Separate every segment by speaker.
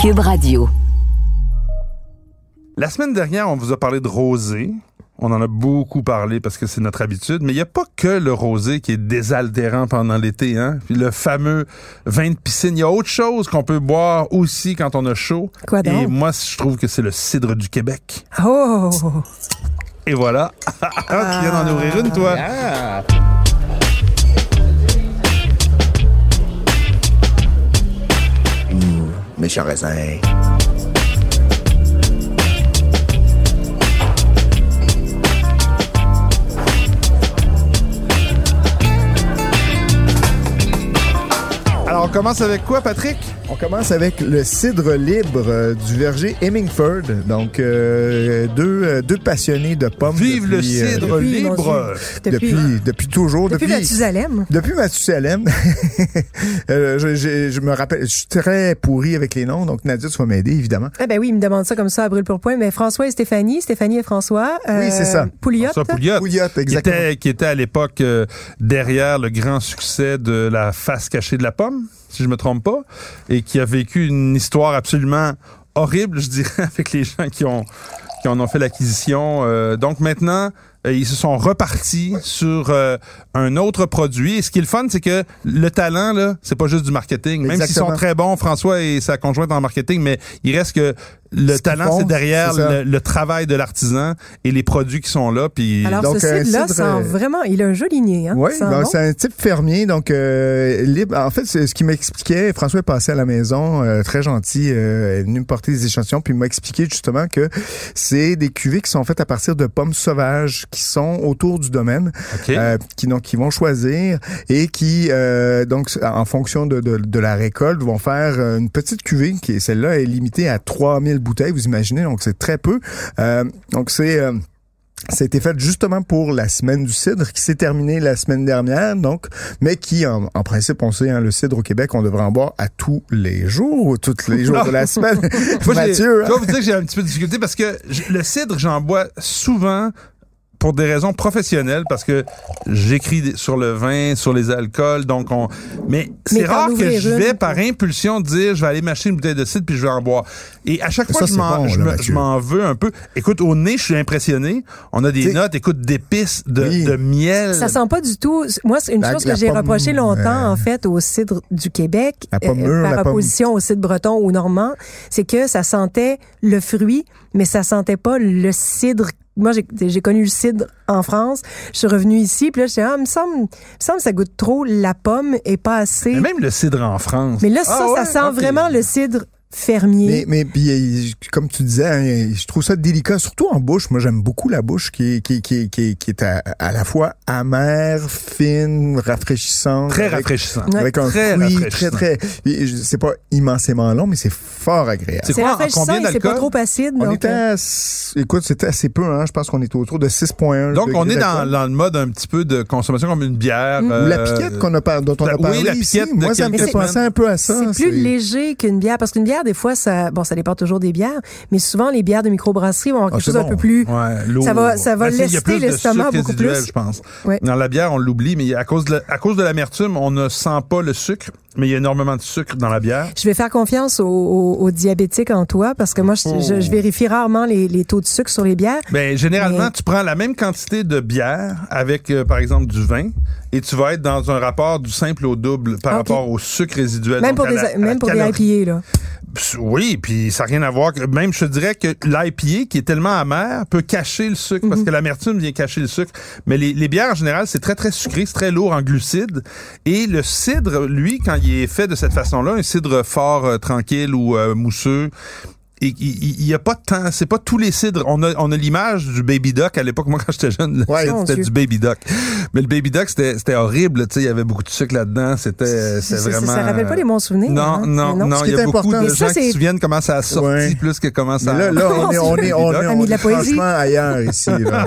Speaker 1: Cube Radio.
Speaker 2: La semaine dernière, on vous a parlé de rosé. On en a beaucoup parlé parce que c'est notre habitude, mais il n'y a pas que le rosé qui est désaltérant pendant l'été, hein. Puis le fameux vin de piscine, il y a autre chose qu'on peut boire aussi quand on a chaud.
Speaker 3: Quoi donc?
Speaker 2: Et moi, je trouve que c'est le cidre du Québec.
Speaker 3: Oh!
Speaker 2: Et voilà. Ah, tu viens d'en ouvrir une, toi.
Speaker 3: Ah.
Speaker 4: Méchant raisin.
Speaker 2: Alors, on commence avec quoi, Patrick?
Speaker 4: On commence avec le cidre libre euh, du verger Hemmingford. Donc, euh, deux, euh, deux passionnés de pommes.
Speaker 2: Vive le
Speaker 4: depuis, euh,
Speaker 2: cidre
Speaker 3: depuis, mon
Speaker 2: libre!
Speaker 4: Depuis, depuis, toujours.
Speaker 3: Depuis Mathusalem.
Speaker 4: Depuis Mathusalem, Euh, je, je- je me rappelle, je suis très pourri avec les noms, donc Nadia, tu vas m'aider, évidemment.
Speaker 3: Ah ben oui, il me demande ça comme ça à brûle pour point. Mais François et Stéphanie, Stéphanie et François. euh,
Speaker 4: Oui, c'est ça.
Speaker 3: Pouliot.
Speaker 2: François Pouliot,
Speaker 4: Pouliot,
Speaker 2: qui
Speaker 4: exactement.
Speaker 2: Ah, était, qui était à l'époque euh, derrière le grand succès de La face cachée de la pomme, si je me trompe pas, et qui a vécu une histoire absolument horrible, je dirais, avec les gens qui ont qui en ont fait l'acquisition. Euh, donc maintenant, euh, ils se sont repartis sur euh, un autre produit. Et ce qui est le fun, c'est que le talent, là, c'est pas juste du marketing. Même s'ils sont
Speaker 4: Exactement.
Speaker 2: très bons, François et sa conjointe en marketing, mais il reste que le
Speaker 4: qu'ils
Speaker 2: talent,
Speaker 4: font,
Speaker 2: c'est derrière
Speaker 4: c'est ça.
Speaker 2: le, le travail de l'artisan et les produits qui sont là. Puis
Speaker 3: Alors,
Speaker 4: Donc,
Speaker 3: ce
Speaker 4: un
Speaker 3: cidre-là
Speaker 4: cidre,
Speaker 3: sent
Speaker 4: euh,
Speaker 3: vraiment. Il a un joli nez, hein.
Speaker 4: Oui,
Speaker 3: Ça sent
Speaker 4: ben,
Speaker 3: bon.
Speaker 4: c'est un type fermier, donc euh, libre. En fait, c'est ce qu'il m'expliquait, François est passé à la maison, euh, très gentil, euh, est venu me porter des échantillons, puis il m'a expliqué justement que c'est des cuvées qui sont faites à partir de pommes sauvages qui sont autour du domaine,
Speaker 2: OK.
Speaker 4: euh, qui, donc, qui vont choisir et qui, euh, donc, en fonction de, de- de la récolte, vont faire euh, une petite cuvée, qui est- celle-là est limitée à 3000 bouteilles, vous imaginez, donc c'est très peu. Euh, donc, c'est... euh, ça a été fait justement pour la semaine du cidre qui s'est terminée la semaine dernière, donc, mais qui, en, en principe, on sait, hein, le cidre au Québec, on devrait en boire à tous les jours ou tous les jours de la semaine.
Speaker 2: Moi, j'ai-
Speaker 4: Mathieu, hein?
Speaker 2: je dois vous dire que j'ai un petit peu de difficulté parce que je- le cidre, j'en bois souvent pour des raisons professionnelles parce que j'écris des- sur le vin, sur les alcools, donc on. Mais c'est
Speaker 3: t'en
Speaker 2: rare que
Speaker 3: ouvrir
Speaker 2: je
Speaker 3: une,
Speaker 2: vais
Speaker 3: toi.
Speaker 2: par impulsion dire je vais aller m'acheter une bouteille de cidre puis je vais en boire. Et à chaque
Speaker 4: Ça,
Speaker 2: fois, je
Speaker 4: c'est
Speaker 2: m'en-
Speaker 4: bon,
Speaker 2: je
Speaker 4: là,
Speaker 2: me-
Speaker 4: Mathieu.
Speaker 2: je m'en veux un peu. Écoute, au nez, je suis impressionné. On a des
Speaker 4: T'sais-
Speaker 2: notes, écoute, d'épices, de,
Speaker 4: Oui.
Speaker 2: de miel.
Speaker 3: Ça sent pas du tout. Moi, c'est une
Speaker 4: La-
Speaker 3: chose
Speaker 4: la
Speaker 3: que j'ai
Speaker 4: pomme,
Speaker 3: reproché longtemps,
Speaker 4: euh,
Speaker 3: en fait, au cidre du Québec, euh,
Speaker 4: La pomme mûre,
Speaker 3: par
Speaker 4: la pomme-
Speaker 3: opposition au cidre breton ou normand, c'est que ça sentait le fruit, mais ça sentait pas le cidre. Moi, j'ai- j'ai connu le cidre en France. Je suis revenue ici, puis là, je ah, il me semble, il me semble que ça goûte trop la pomme et pas assez.
Speaker 2: Mais même le cidre en France.
Speaker 3: Mais là,
Speaker 2: Ah
Speaker 3: ça,
Speaker 2: ouais?
Speaker 3: ça sent
Speaker 2: Ok.
Speaker 3: vraiment le cidre fermier.
Speaker 4: mais, mais puis, euh, comme tu disais, hein, je trouve ça délicat, surtout en bouche. Moi, j'aime beaucoup la bouche qui est, qui, est- qui, est- qui, est- qui est à, à la fois amère, fine, rafraîchissante.
Speaker 2: Très
Speaker 4: avec-
Speaker 2: rafraîchissant.
Speaker 3: Ouais.
Speaker 4: Avec un
Speaker 2: Très
Speaker 4: fruit
Speaker 2: rafraîchissant.
Speaker 4: très, très... et je- C'est pas immensément long, mais c'est fort agréable.
Speaker 2: C'est hein. quoi,
Speaker 3: C'est
Speaker 2: en
Speaker 3: rafraîchissant
Speaker 2: combien
Speaker 3: et c'est pas
Speaker 2: d'alcool?
Speaker 3: trop acide.
Speaker 4: On
Speaker 3: donc,
Speaker 4: était
Speaker 3: euh,
Speaker 4: à s- écoute, c'était assez peu, hein. Je pense qu'on était autour de 6.1.
Speaker 2: Donc,
Speaker 4: degrés
Speaker 2: on est dans,
Speaker 4: d'alcool.
Speaker 2: dans le mode un petit peu de consommation comme une
Speaker 3: Mm.
Speaker 2: bière.
Speaker 4: Ou la
Speaker 2: euh,
Speaker 4: piquette qu'on a par- dont on
Speaker 2: la-
Speaker 4: a
Speaker 2: oui,
Speaker 4: parlé
Speaker 2: la
Speaker 4: ici.
Speaker 2: piquette de
Speaker 4: Moi, ça me
Speaker 3: quelques
Speaker 4: fait penser
Speaker 2: semaines.
Speaker 4: un peu à ça.
Speaker 3: C'est plus léger qu'une bière, parce qu'une bière, des fois, ça, bon, ça dépend toujours des bières, mais souvent, les bières de microbrasserie vont avoir
Speaker 4: Ah,
Speaker 3: quelque
Speaker 4: c'est
Speaker 3: chose d'un
Speaker 4: bon.
Speaker 3: peu plus.
Speaker 2: Ouais, lourd.
Speaker 3: Ça va- ça va
Speaker 2: Ben, c'est- il y a
Speaker 3: lester
Speaker 2: plus de
Speaker 3: l'estomac
Speaker 2: sucre
Speaker 3: beaucoup
Speaker 2: résiduel,
Speaker 3: plus.
Speaker 2: je pense.
Speaker 3: Ouais.
Speaker 2: Dans la bière, on l'oublie, mais à cause de la- à cause de l'amertume, on ne sent pas le sucre, mais il y a énormément de sucre dans la bière.
Speaker 3: Je vais faire confiance aux, aux- aux diabétiques en toi, parce que moi, je, je- je vérifie rarement les, les taux de sucre sur les bières.
Speaker 2: Ben, généralement,
Speaker 3: Mais-
Speaker 2: tu prends la même quantité de bière avec, euh, par exemple, du vin, et tu vas être dans un rapport du simple au double par
Speaker 3: Ok.
Speaker 2: rapport au sucre résiduel.
Speaker 3: Même
Speaker 2: donc
Speaker 3: pour,
Speaker 2: à
Speaker 3: des,
Speaker 2: la- à la
Speaker 3: même pour des
Speaker 2: calorie.
Speaker 3: IPA, là.
Speaker 2: Pss, Oui, puis ça n'a rien à voir. que- Même, je te dirais que l'IPA, qui est tellement amer, peut cacher le sucre,
Speaker 3: Mhm.
Speaker 2: parce que l'amertume vient cacher le sucre. Mais les, les bières, en général, c'est très, très sucré, c'est très lourd en glucides. Et le cidre, lui, quand il est fait de cette façon-là, un cidre fort, euh, tranquille ou euh, mousseux, et il il- il y a pas de temps, c'est pas tous les cidres. On a, on a l'image du baby doc à l'époque. Moi, quand j'étais jeune, le
Speaker 4: Ouais.
Speaker 2: cidre,
Speaker 3: Mon
Speaker 2: c'était
Speaker 3: Dieu.
Speaker 2: du baby doc. Mais le baby doc, c'était c'était horrible. Tu sais, il y avait beaucoup de sucre là-dedans. C'était,
Speaker 3: Ça,
Speaker 2: c'était
Speaker 3: ça-
Speaker 2: Euh, vraiment.
Speaker 3: ça rappelle pas les bons souvenirs.
Speaker 2: Non,
Speaker 3: hein?
Speaker 2: non,
Speaker 3: Mais
Speaker 2: non.
Speaker 4: Ce
Speaker 2: Il
Speaker 4: qui
Speaker 2: y
Speaker 4: est
Speaker 2: a beaucoup
Speaker 4: important.
Speaker 2: de
Speaker 3: Mais ça,
Speaker 2: gens qui
Speaker 3: c'est-
Speaker 2: se souviennent comment ça a sorti
Speaker 4: Ouais.
Speaker 2: plus que comment
Speaker 4: Mais
Speaker 2: ça.
Speaker 4: là, là, on est, on est, on est,
Speaker 3: Ami
Speaker 4: on
Speaker 3: de la
Speaker 4: est
Speaker 3: poésie.
Speaker 4: franchement ailleurs ici. là.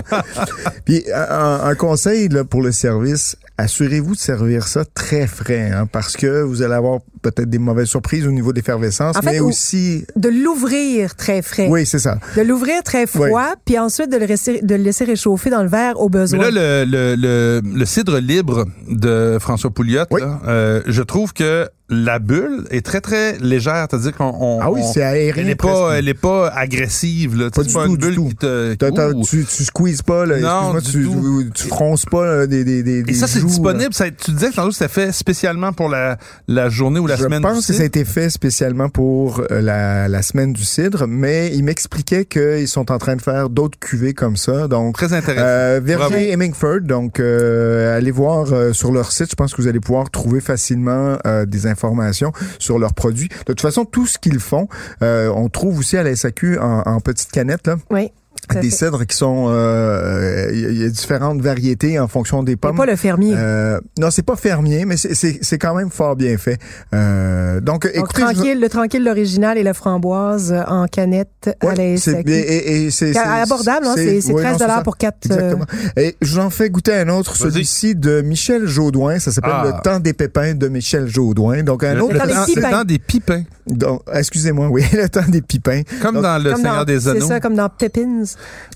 Speaker 4: Puis un, un conseil là, pour le service, assurez-vous de servir ça très frais, hein, parce que vous allez avoir peut-être des mauvaises surprises au niveau d'effervescence,
Speaker 3: En fait,
Speaker 4: mais
Speaker 3: ou-
Speaker 4: aussi...
Speaker 3: De l'ouvrir très frais.
Speaker 4: Oui, c'est ça.
Speaker 3: De l'ouvrir très froid,
Speaker 4: Oui.
Speaker 3: puis ensuite de le, laisser, de le laisser réchauffer dans le verre au
Speaker 2: Mais là,
Speaker 3: besoin.
Speaker 2: le, le, le, le cidre libre de François Pouliot,
Speaker 4: Oui.
Speaker 2: là, euh, je trouve que la bulle est très très légère, c'est-à-dire qu'on on-
Speaker 4: Ah oui,
Speaker 2: on-
Speaker 4: c'est aérien
Speaker 2: Elle est
Speaker 4: presque.
Speaker 2: pas, euh, elle est pas agressive là. Tu
Speaker 4: Pas
Speaker 2: sais,
Speaker 4: du
Speaker 2: c'est pas
Speaker 4: tout,
Speaker 2: une
Speaker 4: du
Speaker 2: bulle
Speaker 4: tout.
Speaker 2: qui te.
Speaker 4: T'as- t'as-
Speaker 2: Ouh.
Speaker 4: tu, tu squeezes pas, là,
Speaker 2: Non,
Speaker 4: excuse-moi,
Speaker 2: du
Speaker 4: tu,
Speaker 2: tout.
Speaker 4: tu fronces pas là, des, des, des.
Speaker 2: Et ça, c'est disponible. Ça, tu disais que tantôt, c'était fait spécialement pour la, la journée ou la
Speaker 4: je
Speaker 2: semaine. du
Speaker 4: pense que
Speaker 2: site.
Speaker 4: ça a été fait spécialement pour euh, la, la semaine du cidre, mais il m'expliquait qu'ils sont en train de faire d'autres cuvées comme ça. Donc,
Speaker 2: très intéressant.
Speaker 4: euh, Verger
Speaker 2: Bravo.
Speaker 4: et Mingford, donc euh, allez voir euh, sur leur site. Je pense que vous allez pouvoir trouver facilement euh, des informations sur leurs produits. De toute façon, tout ce qu'ils font, euh, on trouve aussi à la SAQ en, en petite canette là.
Speaker 3: Oui. tout à
Speaker 4: Des
Speaker 3: fait.
Speaker 4: cèdres qui sont, euh, il y a- il y a différentes variétés en fonction des
Speaker 3: Mais
Speaker 4: pommes.
Speaker 3: pas le fermier.
Speaker 4: Euh, non, c'est pas fermier, mais c'est- c'est c'est quand même fort bien fait. Euh, donc,
Speaker 3: Donc,
Speaker 4: écoutez, je-
Speaker 3: tranquille, le tranquille, l'original et la framboise euh, en canette à
Speaker 4: Ouais,
Speaker 3: la
Speaker 4: c'est
Speaker 3: SAQ.
Speaker 4: et- et- et
Speaker 3: C'est
Speaker 4: c'est- c'est-
Speaker 3: abordable, hein, c'est c'est
Speaker 4: oui, non,
Speaker 3: 13
Speaker 4: ça.
Speaker 3: pour euh, 4.
Speaker 4: Exactement. Et je vous en fais goûter un autre,
Speaker 2: Euh, Vas-y.
Speaker 4: celui-ci de Michel Jaudoin. Ça s'appelle
Speaker 2: Ah.
Speaker 4: Le temps des pépins de Michel Jaudoin. Donc, un
Speaker 2: Le-
Speaker 4: autre. hein.
Speaker 2: le
Speaker 3: temps des
Speaker 2: temps-
Speaker 3: pipins.
Speaker 2: le temps des pipins.
Speaker 4: donc, Excusez-moi, oui, le temps des pipins.
Speaker 2: Comme
Speaker 4: Donc,
Speaker 2: dans Le Seigneur des
Speaker 3: C'est
Speaker 2: Anneaux.
Speaker 3: ça, comme dans Pépins.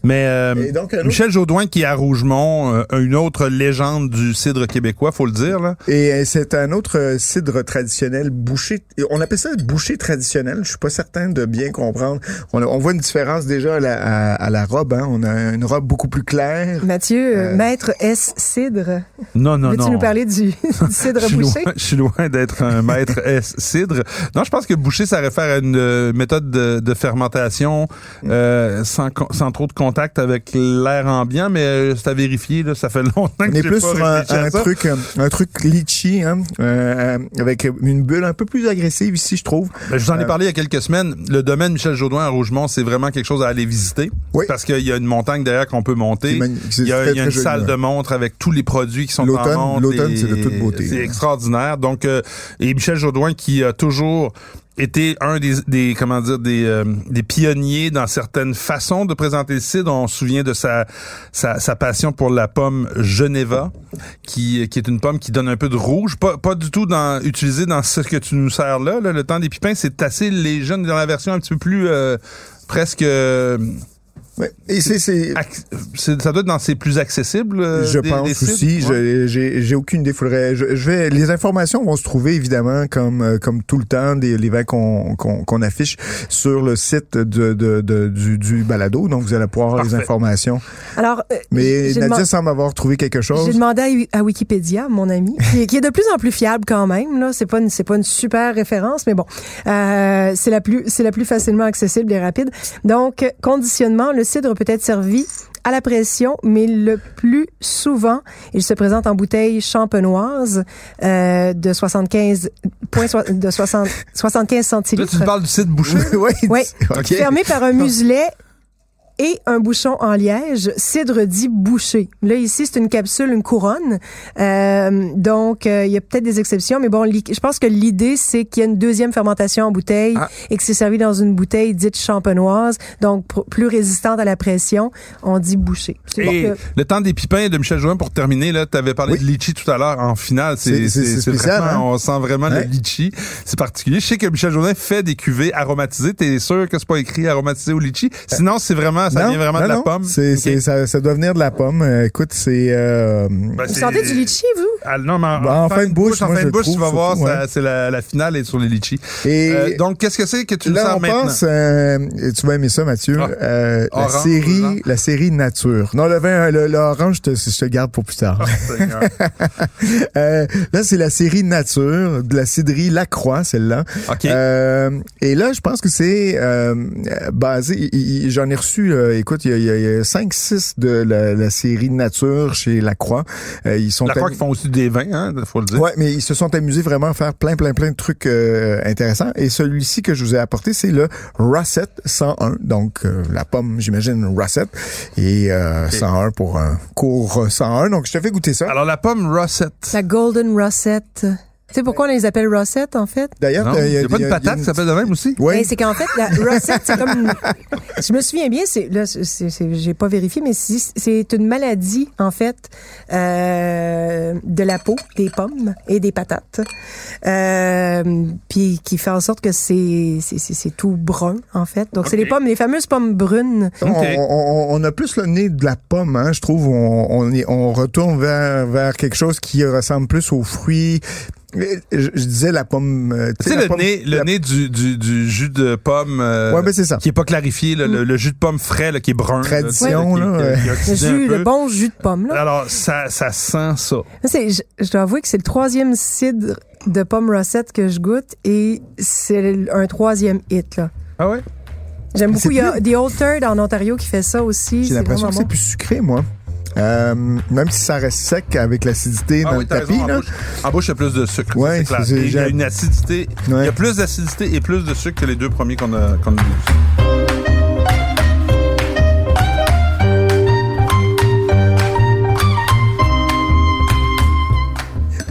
Speaker 2: Mais euh,
Speaker 4: Et donc, un autre-
Speaker 2: Michel Jaudoin qui est à Rougemont, euh, une autre légende du cidre québécois, faut le dire. Là.
Speaker 4: Et euh, c'est un autre euh, cidre traditionnel bouché. Et On appelle ça le bouché traditionnel. Je suis pas certain de bien comprendre. On, a- on voit une différence déjà à la, à- à la robe. Hein. On a une robe beaucoup plus claire.
Speaker 3: Mathieu,
Speaker 4: Euh,
Speaker 3: maître S. Cidre.
Speaker 2: Non, non,
Speaker 3: Veux-tu
Speaker 2: non.
Speaker 3: nous parler du, du cidre
Speaker 2: je suis,
Speaker 3: bouché?
Speaker 2: loin, je suis loin d'être un maître S cidre. Non, je pense que boucher, ça réfère à une euh, méthode de, de fermentation
Speaker 4: Mm.
Speaker 2: euh, sans, con- sans trop de contact avec l'air ambiant, mais euh, c'est à vérifier. Là, ça fait longtemps
Speaker 4: On
Speaker 2: que
Speaker 4: est
Speaker 2: j'ai
Speaker 4: plus
Speaker 2: pas
Speaker 4: sur un,
Speaker 2: réfléchi à
Speaker 4: un
Speaker 2: ça.
Speaker 4: truc, euh, un truc litchi, hein, euh, euh, avec une bulle un peu plus agressive ici, je trouve.
Speaker 2: Ben, je vous en ai
Speaker 4: euh,
Speaker 2: parlé il y a quelques semaines. Le domaine Michel Jaudoin à Rougemont, c'est vraiment quelque chose à aller visiter.
Speaker 4: Oui.
Speaker 2: Parce qu'il y a une montagne derrière qu'on peut monter.
Speaker 4: C'est magnifique. C'est
Speaker 2: Il y a,
Speaker 4: très,
Speaker 2: il y a
Speaker 4: très
Speaker 2: une
Speaker 4: joli, hein.
Speaker 2: salle
Speaker 4: ouais.
Speaker 2: de montre avec tous les produits qui sont
Speaker 4: L'automne-
Speaker 2: en montre.
Speaker 4: l'automne,
Speaker 2: et-
Speaker 4: c'est de toute beauté. hein.
Speaker 2: C'est extraordinaire. Donc, euh, et Michel Jaudoin qui a toujours été un des, des comment dire des, euh, des pionniers dans certaines façons de présenter le cidre. On se souvient de sa sa, sa passion pour la pomme Geneva, qui qui est une pomme qui donne un peu de rouge, pas pas du tout dans utilisé dans ce que tu nous sers là. là. le temps des pipins, c'est assez les jeunes dans la version un petit peu plus euh, presque euh,
Speaker 4: Ouais. Et c'est, c'est,
Speaker 2: ac- c'est- ça doit être dans ses plus accessibles. euh,
Speaker 4: je
Speaker 2: des-
Speaker 4: pense
Speaker 2: des sites.
Speaker 4: aussi,
Speaker 2: Ouais.
Speaker 4: je- j'ai, j'ai aucune idée. Faudrait- je, je vais, les informations vont se trouver évidemment comme, euh, comme tout le temps des les vins qu'on, qu'on, qu'on affiche sur le site de, de, de- du, du balado. Donc vous allez pouvoir avoir les
Speaker 2: Parfait.
Speaker 4: informations.
Speaker 3: Alors, euh,
Speaker 4: Mais
Speaker 3: j'ai
Speaker 4: Nadia
Speaker 3: demandé-
Speaker 4: semble avoir trouvé quelque
Speaker 3: J'ai
Speaker 4: chose.
Speaker 3: demandé à Wi- à, Wikipédia, mon ami, qui, est- qui est de plus en plus fiable quand même. Là, c'est pas une, c'est pas une super référence, mais bon, Euh, c'est la plus, c'est la plus facilement accessible et rapide. Donc, euh, conditionnement, le cidre peut être servi à la pression, mais le plus souvent, il se présente en bouteille champenoise euh, de 75 point so- de 60 75
Speaker 2: Là, tu
Speaker 3: centilitres,
Speaker 2: me parles du site bouché.
Speaker 4: oui.
Speaker 3: Oui.
Speaker 4: OK.
Speaker 3: fermé par un muselet et un bouchon en liège, cidre dit bouché. Là, ici, c'est une capsule, une couronne. Euh, donc, euh, il y a peut-être des exceptions, mais bon, li- je pense que l'idée, c'est qu'il y a une deuxième fermentation en bouteille
Speaker 2: Ah.
Speaker 3: et que c'est servi dans une bouteille dite champenoise, donc pr- plus résistante à la pression. On dit bouché. C'est
Speaker 2: Et
Speaker 3: bon.
Speaker 2: le temps des pipins de Michel Jouin pour terminer, là, t'avais parlé
Speaker 4: Oui.
Speaker 2: de litchi tout à l'heure en finale. C'est,
Speaker 4: C'est- c'est-
Speaker 2: c'est,
Speaker 4: c'est
Speaker 2: c'est
Speaker 4: spécial,
Speaker 2: vraiment-
Speaker 4: hein?
Speaker 2: on sent vraiment
Speaker 4: Ouais.
Speaker 2: le litchi. C'est particulier. Je sais que Michel Jouin fait des cuvées aromatisées. T'es sûr que c'est pas écrit aromatisé au litchi? Sinon, c'est vraiment, ça
Speaker 4: Non,
Speaker 2: vient vraiment
Speaker 4: non,
Speaker 2: de la
Speaker 4: non.
Speaker 2: pomme.
Speaker 4: C'est,
Speaker 2: Ok.
Speaker 4: c'est- ça, ça doit venir de la pomme. Euh, écoute, c'est. euh,
Speaker 2: Ben,
Speaker 3: Vous
Speaker 2: c'est-
Speaker 3: sentez du litchi, vous?
Speaker 2: Ah, non, mais en,
Speaker 4: Ben,
Speaker 2: en fin de bouche, en
Speaker 4: moi,
Speaker 2: fin
Speaker 4: je
Speaker 2: de bouche, tu
Speaker 4: trouve
Speaker 2: vas voir,
Speaker 4: surtout,
Speaker 2: ça-
Speaker 4: ouais.
Speaker 2: c'est la, la finale est sur les litchis.
Speaker 4: et
Speaker 2: Euh, donc, qu'est-ce que c'est que tu nous
Speaker 4: là,
Speaker 2: sers
Speaker 4: on
Speaker 2: maintenant?
Speaker 4: pense. euh, tu vas aimer ça, Mathieu.
Speaker 2: Ah.
Speaker 4: euh, la
Speaker 2: Orange,
Speaker 4: série,
Speaker 2: orange.
Speaker 4: la série Nature. Non, le vin, le, le orange, je te, je te le garde pour plus tard.
Speaker 2: Seigneur.
Speaker 4: Euh, là, c'est la série Nature de la cidrerie Lacroix, celle-là.
Speaker 2: OK.
Speaker 4: Euh, et là, je pense que c'est euh, basé. il- il- J'en ai reçu, euh, écoute, il y a- il y a, il y a 5-6 de la, la série Nature chez Lacroix. Euh, ils sont
Speaker 2: la croix
Speaker 4: amis-
Speaker 2: qui font aussi des vins, hein, faut le dire.
Speaker 4: Ouais, mais ils se sont amusés vraiment à faire plein, plein, plein de trucs euh, intéressants. Et celui-ci que je vous ai apporté, c'est le Russet 101. Donc, euh, la pomme, j'imagine, Russet. Et euh, 101 pour un cours 101. Donc, je te fais goûter ça.
Speaker 2: Alors, la pomme Russet.
Speaker 3: La Golden Rosette. Tu sais pourquoi on les appelle Rosette, en fait?
Speaker 4: D'ailleurs,
Speaker 2: Non?
Speaker 4: t'as-
Speaker 2: Il y a pas
Speaker 4: il y
Speaker 2: une
Speaker 4: a- il y a
Speaker 2: patate qui
Speaker 4: une-
Speaker 2: s'appelle de même aussi?
Speaker 4: Ouais.
Speaker 3: Ben, c'est qu'en fait, la Rosette, c'est comme une... Je me souviens bien, c'est là, c'est- c'est- j'ai pas vérifié, mais si- c'est une maladie, en fait, euh, de la peau, des pommes et des patates. Euh, puis qui fait en sorte que c'est c'est- c'est- c'est tout brun, en fait. Donc, c'est
Speaker 2: Ok.
Speaker 3: les pommes, les fameuses pommes brunes.
Speaker 4: On,
Speaker 2: Ok.
Speaker 4: on- on a plus le nez de la pomme, hein, je trouve. On, on, est- on retourne vers, vers quelque chose qui ressemble plus aux fruits Mais Je, je disais la pomme. euh,
Speaker 2: Tu sais,
Speaker 4: la
Speaker 2: le
Speaker 4: pomme-
Speaker 2: nez, le
Speaker 4: la-
Speaker 2: nez du, du, du jus de pomme. euh,
Speaker 4: Ouais, ben, c'est ça. Mm.
Speaker 2: Qui est pas clarifié, là, le, le jus de pomme frais, là, qui est brun.
Speaker 4: Tradition, là,
Speaker 2: qui- qui- qui
Speaker 3: Le,
Speaker 2: oxydé
Speaker 3: jus,
Speaker 2: un peu.
Speaker 3: le bon jus de pomme, là.
Speaker 2: Alors, ça, ça sent ça.
Speaker 3: C'est, je, je dois avouer que c'est le troisième cidre de pomme Rosette que je goûte et c'est un troisième hit, là.
Speaker 2: Ah ouais?
Speaker 3: J'aime
Speaker 4: Mais c'est
Speaker 3: beaucoup. Il y a The Old Third en Ontario qui fait ça aussi.
Speaker 4: J'ai
Speaker 3: C'est
Speaker 4: l'impression
Speaker 3: vraiment
Speaker 4: que c'est
Speaker 3: bon.
Speaker 4: plus sucré, moi. Euh, même si ça reste sec avec l'acidité
Speaker 2: Ah
Speaker 4: dans
Speaker 2: oui,
Speaker 4: le
Speaker 2: t'as
Speaker 4: tapis,
Speaker 2: raison, en
Speaker 4: là.
Speaker 2: bouche. En bouche, il y a plus de sucre. ça,
Speaker 4: Ouais,
Speaker 2: c'est clair.
Speaker 4: c'est-
Speaker 2: Et Il y a
Speaker 4: j'ai-
Speaker 2: une acidité. Il
Speaker 4: Ouais.
Speaker 2: y a plus d'acidité et plus de sucre que les deux premiers qu'on a, qu'on a goûté.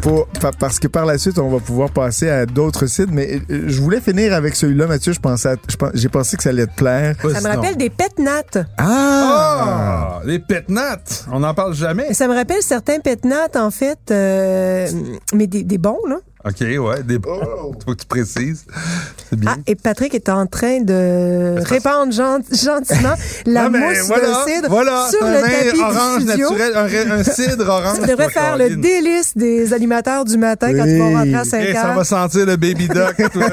Speaker 4: Pour- pa- parce que par la suite, on va pouvoir passer à d'autres sites. Mais euh, je voulais finir avec celui-là, Mathieu. Je pensais, à- je pens- j'ai pensé que ça allait te plaire.
Speaker 3: Ça me rappelle des pétnates.
Speaker 4: Ah!
Speaker 2: Ah! Les pétnates! On n'en parle jamais.
Speaker 3: Ça me rappelle certains pétnates, en fait, euh, mais des, des bons, là.
Speaker 2: OK, ouais. Des... Faut que tu précises. C'est bien.
Speaker 3: Ah, et Patrick est en train de répandre gen- gentiment la
Speaker 2: Ah, ben,
Speaker 3: mousse
Speaker 2: voilà,
Speaker 3: de cidre
Speaker 2: voilà,
Speaker 3: sur
Speaker 2: un
Speaker 3: le
Speaker 2: vin
Speaker 3: tapis
Speaker 2: orange
Speaker 3: du studio.
Speaker 2: naturel, un, ra- un cidre orange.
Speaker 3: Tu devrais
Speaker 2: toi,
Speaker 3: faire le
Speaker 2: Caroline.
Speaker 3: délice des animateurs du matin quand
Speaker 4: Oui.
Speaker 3: ils vont rentrer à
Speaker 2: Eh,
Speaker 3: 5
Speaker 2: ça
Speaker 3: heures.
Speaker 2: va sentir le baby duck. toi.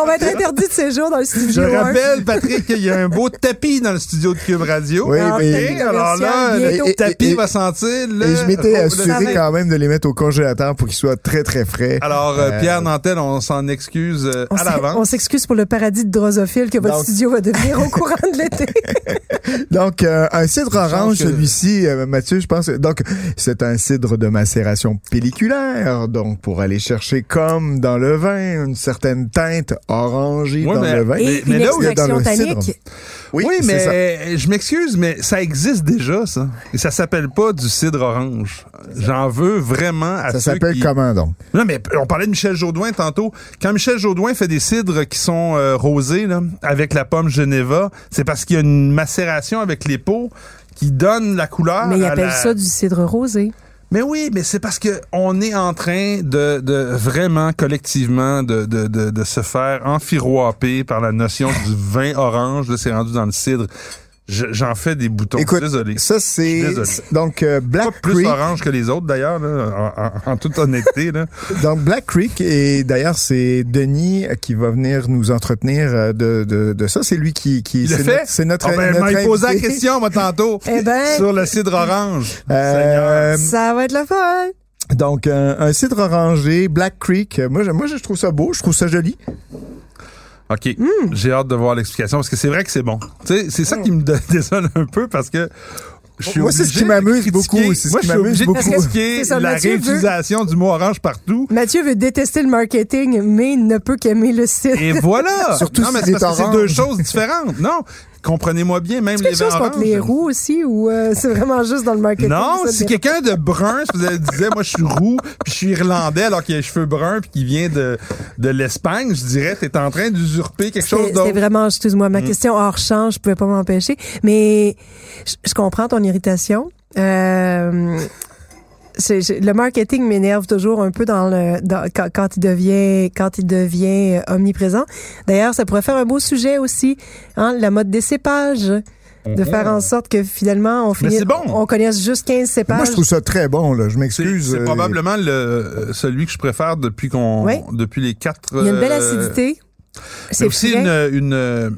Speaker 3: On va être interdit de séjour dans le
Speaker 2: Je
Speaker 3: studio. un.
Speaker 2: rappelle, Patrick, qu'il y a un beau tapis dans le studio de Cube Radio.
Speaker 4: Oui,
Speaker 3: Alors,
Speaker 4: mais-
Speaker 3: peut-être
Speaker 2: Et
Speaker 3: que la
Speaker 2: alors là,
Speaker 3: version
Speaker 2: le
Speaker 3: Ah, bientôt.
Speaker 4: et-
Speaker 2: tapis
Speaker 4: et-
Speaker 2: va sentir le...
Speaker 4: Et je m'étais
Speaker 2: le-
Speaker 4: assuré
Speaker 3: savez.
Speaker 4: quand même de les mettre au congélateur pour qu'ils soient très, très frais.
Speaker 2: Alors, euh, Pierre Nantel, on s'en excuse euh,
Speaker 3: On
Speaker 2: à
Speaker 3: s'ex- On
Speaker 2: l'avance.
Speaker 3: s'excuse pour le paradis de drosophile que votre
Speaker 4: Donc-
Speaker 3: studio va devenir au courant de l'été.
Speaker 4: Donc, euh, un cidre
Speaker 2: Je pense
Speaker 4: orange,
Speaker 2: que-
Speaker 4: celui-ci, euh, Mathieu, je pense. que- Donc, c'est un cidre de macération pelliculaire. Donc, pour aller chercher, comme dans le vin, une certaine teinte orangée
Speaker 2: Ouais,
Speaker 4: dans
Speaker 2: mais-
Speaker 4: le vin.
Speaker 2: mais-
Speaker 3: Et une
Speaker 2: mais là où-
Speaker 4: dans
Speaker 3: extraction
Speaker 4: le
Speaker 3: tannique.
Speaker 2: Oui,
Speaker 4: c'est ça.
Speaker 2: mais je m'excuse, mais ça existe déjà, ça. Et ça s'appelle pas du cidre orange. J'en veux vraiment à
Speaker 4: Ça
Speaker 2: ceux
Speaker 4: s'appelle
Speaker 2: qui...
Speaker 4: comment, donc?
Speaker 2: Non, mais on parlait de Michel Jourdouin tantôt. Quand Michel Jourdouin fait des cidres qui sont euh, rosés là, avec la pomme Geneva, c'est parce qu'il y a une macération avec les peaux qui donne la couleur.
Speaker 3: Mais ils
Speaker 2: à
Speaker 3: appellent
Speaker 2: la-
Speaker 3: ça du cidre rosé.
Speaker 2: Mais oui, mais c'est parce que on est en train de, de vraiment collectivement de, de, de, de se faire enfiroiper par la notion du vin orange. Là, c'est rendu dans le cidre. Je- J'en fais des boutons.
Speaker 4: Écoute,
Speaker 2: Désolé.
Speaker 4: ça, c'est.
Speaker 2: Je suis désolé.
Speaker 4: Donc, euh,
Speaker 2: Pas
Speaker 4: Black
Speaker 2: plus
Speaker 4: Creek.
Speaker 2: orange que les autres d'ailleurs, là, en, en- en toute honnêteté. Là.
Speaker 4: Donc Black Creek et d'ailleurs c'est Denis qui va venir nous entretenir euh, de, de, de ça. C'est lui qui, qui
Speaker 2: Il le
Speaker 4: c'est
Speaker 2: fait?
Speaker 4: notre c'est notre,
Speaker 2: Ah ben,
Speaker 4: notre
Speaker 2: il m'a posé la
Speaker 4: invité.
Speaker 2: question, moi, tantôt.
Speaker 3: Eh ben.
Speaker 2: Sur le cidre orange. Seigneur.
Speaker 4: Euh,
Speaker 3: Ça va être le fun.
Speaker 4: donc un, un cidre orangé, Black Creek. Euh, Moi je, moi je trouve ça beau, je trouve ça joli.
Speaker 2: OK.
Speaker 3: hmm.
Speaker 2: J'ai hâte de voir l'explication parce que c'est vrai que c'est bon. Tu sais, c'est ça qui me dé- désole un peu parce que. Je suis
Speaker 4: Moi, c'est ce
Speaker 2: obligé
Speaker 4: qui
Speaker 2: de
Speaker 4: m'amuse
Speaker 2: critiquer-
Speaker 4: beaucoup, c'est ce
Speaker 2: Moi,
Speaker 4: qui
Speaker 2: je suis
Speaker 4: m'amuse
Speaker 2: obligé de
Speaker 4: beaucoup.
Speaker 2: critiquer
Speaker 3: C'est ça,
Speaker 2: la
Speaker 3: Mathieu veut-
Speaker 2: réutilisation du mot orange partout.
Speaker 3: Mathieu veut détester le marketing, mais ne peut qu'aimer le cidre.
Speaker 2: Et voilà!
Speaker 4: Surtout
Speaker 2: non, mais
Speaker 4: si
Speaker 2: c'est
Speaker 4: c'est
Speaker 2: parce que c'est
Speaker 4: orange.
Speaker 2: deux choses différentes. Non, comprenez-moi bien, même les
Speaker 3: quelque chose
Speaker 2: vins
Speaker 3: contre les
Speaker 2: oranges.
Speaker 3: roues aussi ou euh, c'est vraiment juste dans le marketing?
Speaker 2: Non,
Speaker 3: ça,
Speaker 2: si
Speaker 3: de-
Speaker 2: quelqu'un de brun se faisait- disait, moi, je suis roux, puis je suis irlandais, alors qu'il a les cheveux bruns, puis qu'il vient de, de l'Espagne, je dirais, t'es en train d'usurper quelque
Speaker 3: C'était
Speaker 2: chose
Speaker 3: c'était
Speaker 2: d'autre. Mm.
Speaker 3: vraiment, excuse-moi, ma question hors champ, je pouvais pas m'empêcher. Mais je, je comprends ton irritation. Euh, c'est- c'est- le marketing m'énerve toujours un peu dans le dans- quand, quand il devient quand il devient euh, omniprésent. D'ailleurs, ça pourrait faire un beau sujet aussi, hein, la mode des cépages, de faire en sorte que finalement on finisse,
Speaker 2: Mm-hmm. c'est bon.
Speaker 3: on connaisse juste 15 cépages.
Speaker 4: Moi je trouve ça très bon là. Je
Speaker 2: C'est
Speaker 4: m'excuse.
Speaker 2: c'est
Speaker 4: euh,
Speaker 2: probablement le, euh, celui que je préfère depuis qu'on
Speaker 3: Oui.
Speaker 2: depuis les quatre.
Speaker 3: il y a une belle
Speaker 2: euh,
Speaker 3: acidité.
Speaker 2: mais
Speaker 3: C'est
Speaker 2: aussi
Speaker 3: frais.
Speaker 2: une, une, euh,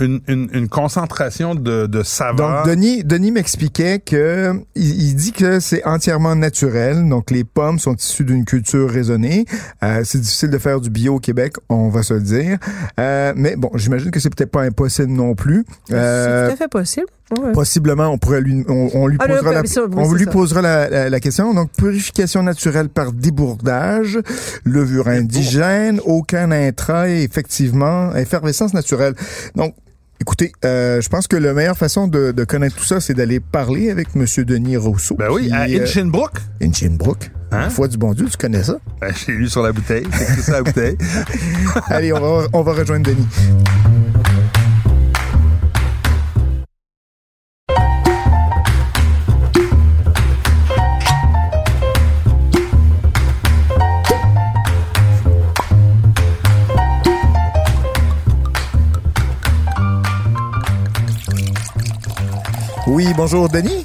Speaker 2: une, une, une concentration de, de saveurs.
Speaker 4: Donc Denis, Denis m'expliquait que il, il dit que c'est entièrement naturel. Donc les pommes sont issues d'une culture raisonnée. Euh, c'est difficile de faire du bio au Québec, on va se le dire. Euh, mais bon, j'imagine que c'est peut-être pas impossible non plus.
Speaker 3: C'est
Speaker 4: Euh,
Speaker 3: tout à fait possible. Ouais.
Speaker 4: Possiblement, on pourrait lui, on, on lui
Speaker 3: Ah, le-
Speaker 4: posera, la,
Speaker 3: mais ça, oui,
Speaker 4: on
Speaker 3: c'est
Speaker 4: lui
Speaker 3: ça.
Speaker 4: posera la, la- la question. Donc, purification naturelle par débourdage, levure indigène, aucun intra, et effectivement, effervescence naturelle. Donc, écoutez, euh, je pense que la meilleure façon de, de connaître tout ça, c'est d'aller parler avec Monsieur Denis Rousseau.
Speaker 2: ben oui,
Speaker 4: qui,
Speaker 2: à
Speaker 4: euh,
Speaker 2: Inchinbrook.
Speaker 4: Hinchinbrook.
Speaker 2: Hein?
Speaker 4: La foi du bon Dieu, tu connais ça?
Speaker 2: Ben, J'ai lu sur la bouteille. C'est écrit sur la bouteille.
Speaker 4: Allez, on va, on va rejoindre Denis. Oui, bonjour Denis.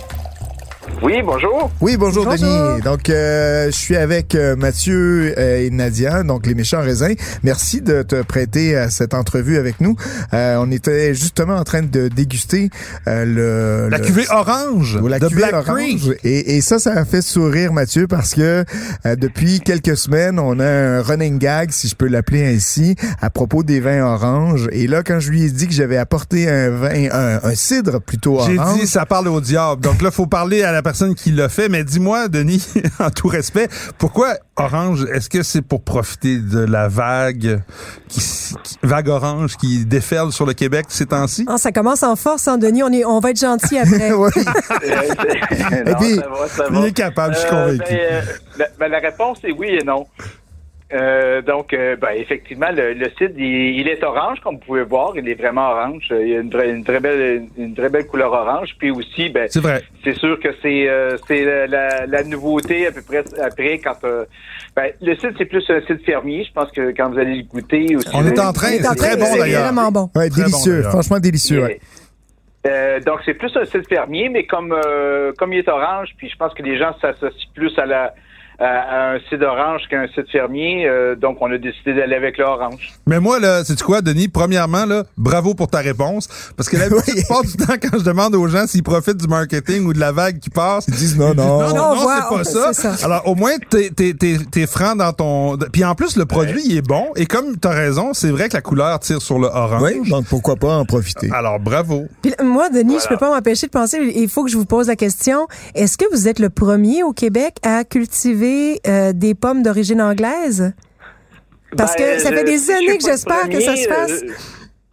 Speaker 1: Oui, bonjour.
Speaker 4: Oui, bonjour,
Speaker 3: Bonjour.
Speaker 4: Denis. Donc, euh, je suis avec euh, Mathieu euh, et Nadia, donc les méchants raisins. Merci de te prêter à cette entrevue avec nous. Euh, on était justement en train de déguster euh, le...
Speaker 2: La
Speaker 4: le-
Speaker 2: cuvée orange
Speaker 4: ou la
Speaker 2: de
Speaker 4: cuvée
Speaker 2: Black
Speaker 4: orange.
Speaker 2: Creek.
Speaker 4: Et, et ça, ça a fait sourire Mathieu parce que euh, depuis quelques semaines, on a un running gag, si je peux l'appeler ainsi, à propos des vins oranges. Et là, quand je lui ai dit que j'avais apporté un vin, un, un cidre plutôt
Speaker 2: J'ai
Speaker 4: orange,
Speaker 2: dit, ça parle au diable. Donc là, faut parler à la personne qui l'a fait. Mais dis-moi, Denis, en tout respect, pourquoi Orange, est-ce que c'est pour profiter de la vague qui, s- qui- vague orange qui déferle sur le Québec ces temps-ci?
Speaker 3: Ah, ça commence en force, hein, Denis. On, est, on va être gentil après.
Speaker 4: Oui.
Speaker 1: Et
Speaker 4: puis,
Speaker 1: ça
Speaker 2: Il est capable, je suis
Speaker 1: Ah, Euh,
Speaker 2: convaincu.
Speaker 1: ben, euh, la, ben, la réponse est oui et non. Euh, donc, euh, ben, effectivement, le, le site, il, il est orange, comme vous pouvez voir. Il est vraiment orange. Euh, Il y a une, vraie- une très, belle, une très belle couleur orange. Puis aussi, ben,
Speaker 2: C'est vrai.
Speaker 1: c'est sûr que c'est euh, c'est la, la- la nouveauté à peu près après quand euh, ben, le site c'est plus un site fermier je pense que quand vous allez le goûter aussi,
Speaker 2: On
Speaker 1: vous
Speaker 2: est en
Speaker 1: allez-
Speaker 2: train,
Speaker 3: On est en
Speaker 2: c'est
Speaker 3: train,
Speaker 2: très bon
Speaker 3: c'est
Speaker 2: d'ailleurs.
Speaker 3: vraiment bon.
Speaker 4: Ouais,
Speaker 2: Très bon,
Speaker 4: délicieux,
Speaker 2: d'ailleurs.
Speaker 4: franchement délicieux. ouais.
Speaker 1: Euh, donc c'est plus un site fermier, mais comme euh, comme il est orange, puis je pense que les gens s'associent plus à la à, à un site orange qu'un site fermier, euh, donc on a décidé d'aller avec l'orange.
Speaker 2: Mais moi, là, sais-tu quoi, Denis? Premièrement, là, bravo pour ta réponse. Parce que la plupart du temps, quand je demande aux gens s'ils profitent du marketing ou de la vague qui passe,
Speaker 4: Ils disent non, non.
Speaker 2: non,
Speaker 3: Non,
Speaker 2: non,
Speaker 3: ouais,
Speaker 2: c'est pas
Speaker 3: on-
Speaker 2: ça.
Speaker 3: c'est ça.
Speaker 2: Alors, au moins, t'es, t'es, t'es, t'es franc dans ton... Puis en plus, le produit, il est bon. Et comme t'as raison, c'est vrai que la couleur tire sur le orange.
Speaker 4: Oui, donc pourquoi pas en profiter.
Speaker 3: Ah,
Speaker 2: Alors, bravo.
Speaker 3: Puis là, moi, Denis, je peux pas m'empêcher de penser. Il faut que je vous pose la question. Est-ce que vous êtes le premier au Québec à cultiver euh, des pommes d'origine anglaise? Parce
Speaker 1: Ben,
Speaker 3: que ça
Speaker 1: je-
Speaker 3: fait des
Speaker 1: si je suis
Speaker 3: années que
Speaker 1: pas le
Speaker 3: j'espère que ça se
Speaker 1: premier,
Speaker 3: fasse.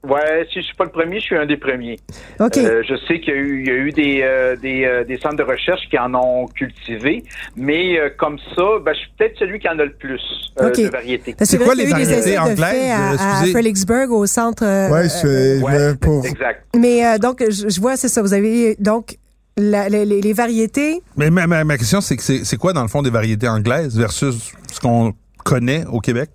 Speaker 1: euh, ouais, si je suis pas le premier, je suis un des premiers.
Speaker 3: OK.
Speaker 1: Euh, je sais qu'il y a eu, il y a eu des, euh, des, euh, des centres de recherche qui en ont cultivé, mais euh, comme ça, ben, je suis peut-être celui qui en a le plus euh,
Speaker 3: OK.
Speaker 1: de variétés.
Speaker 3: Parce
Speaker 2: c'est
Speaker 3: que là,
Speaker 2: quoi
Speaker 3: il y a
Speaker 2: les
Speaker 3: eu des
Speaker 2: variétés
Speaker 3: essais de
Speaker 2: anglaises,
Speaker 3: fait
Speaker 2: euh,
Speaker 3: à, à
Speaker 2: excusez?
Speaker 3: Félixburg au centre. euh,
Speaker 4: ouais,
Speaker 3: euh,
Speaker 4: c'est
Speaker 1: Ouais,
Speaker 4: pour.
Speaker 1: Exact.
Speaker 3: mais euh, donc, je, je vois, c'est ça. Vous avez donc la- les, les- les variétés.
Speaker 2: Mais ma, ma, ma question, c'est que c'est, c'est quoi, dans le fond, des variétés anglaises versus ce qu'on connaît au Québec?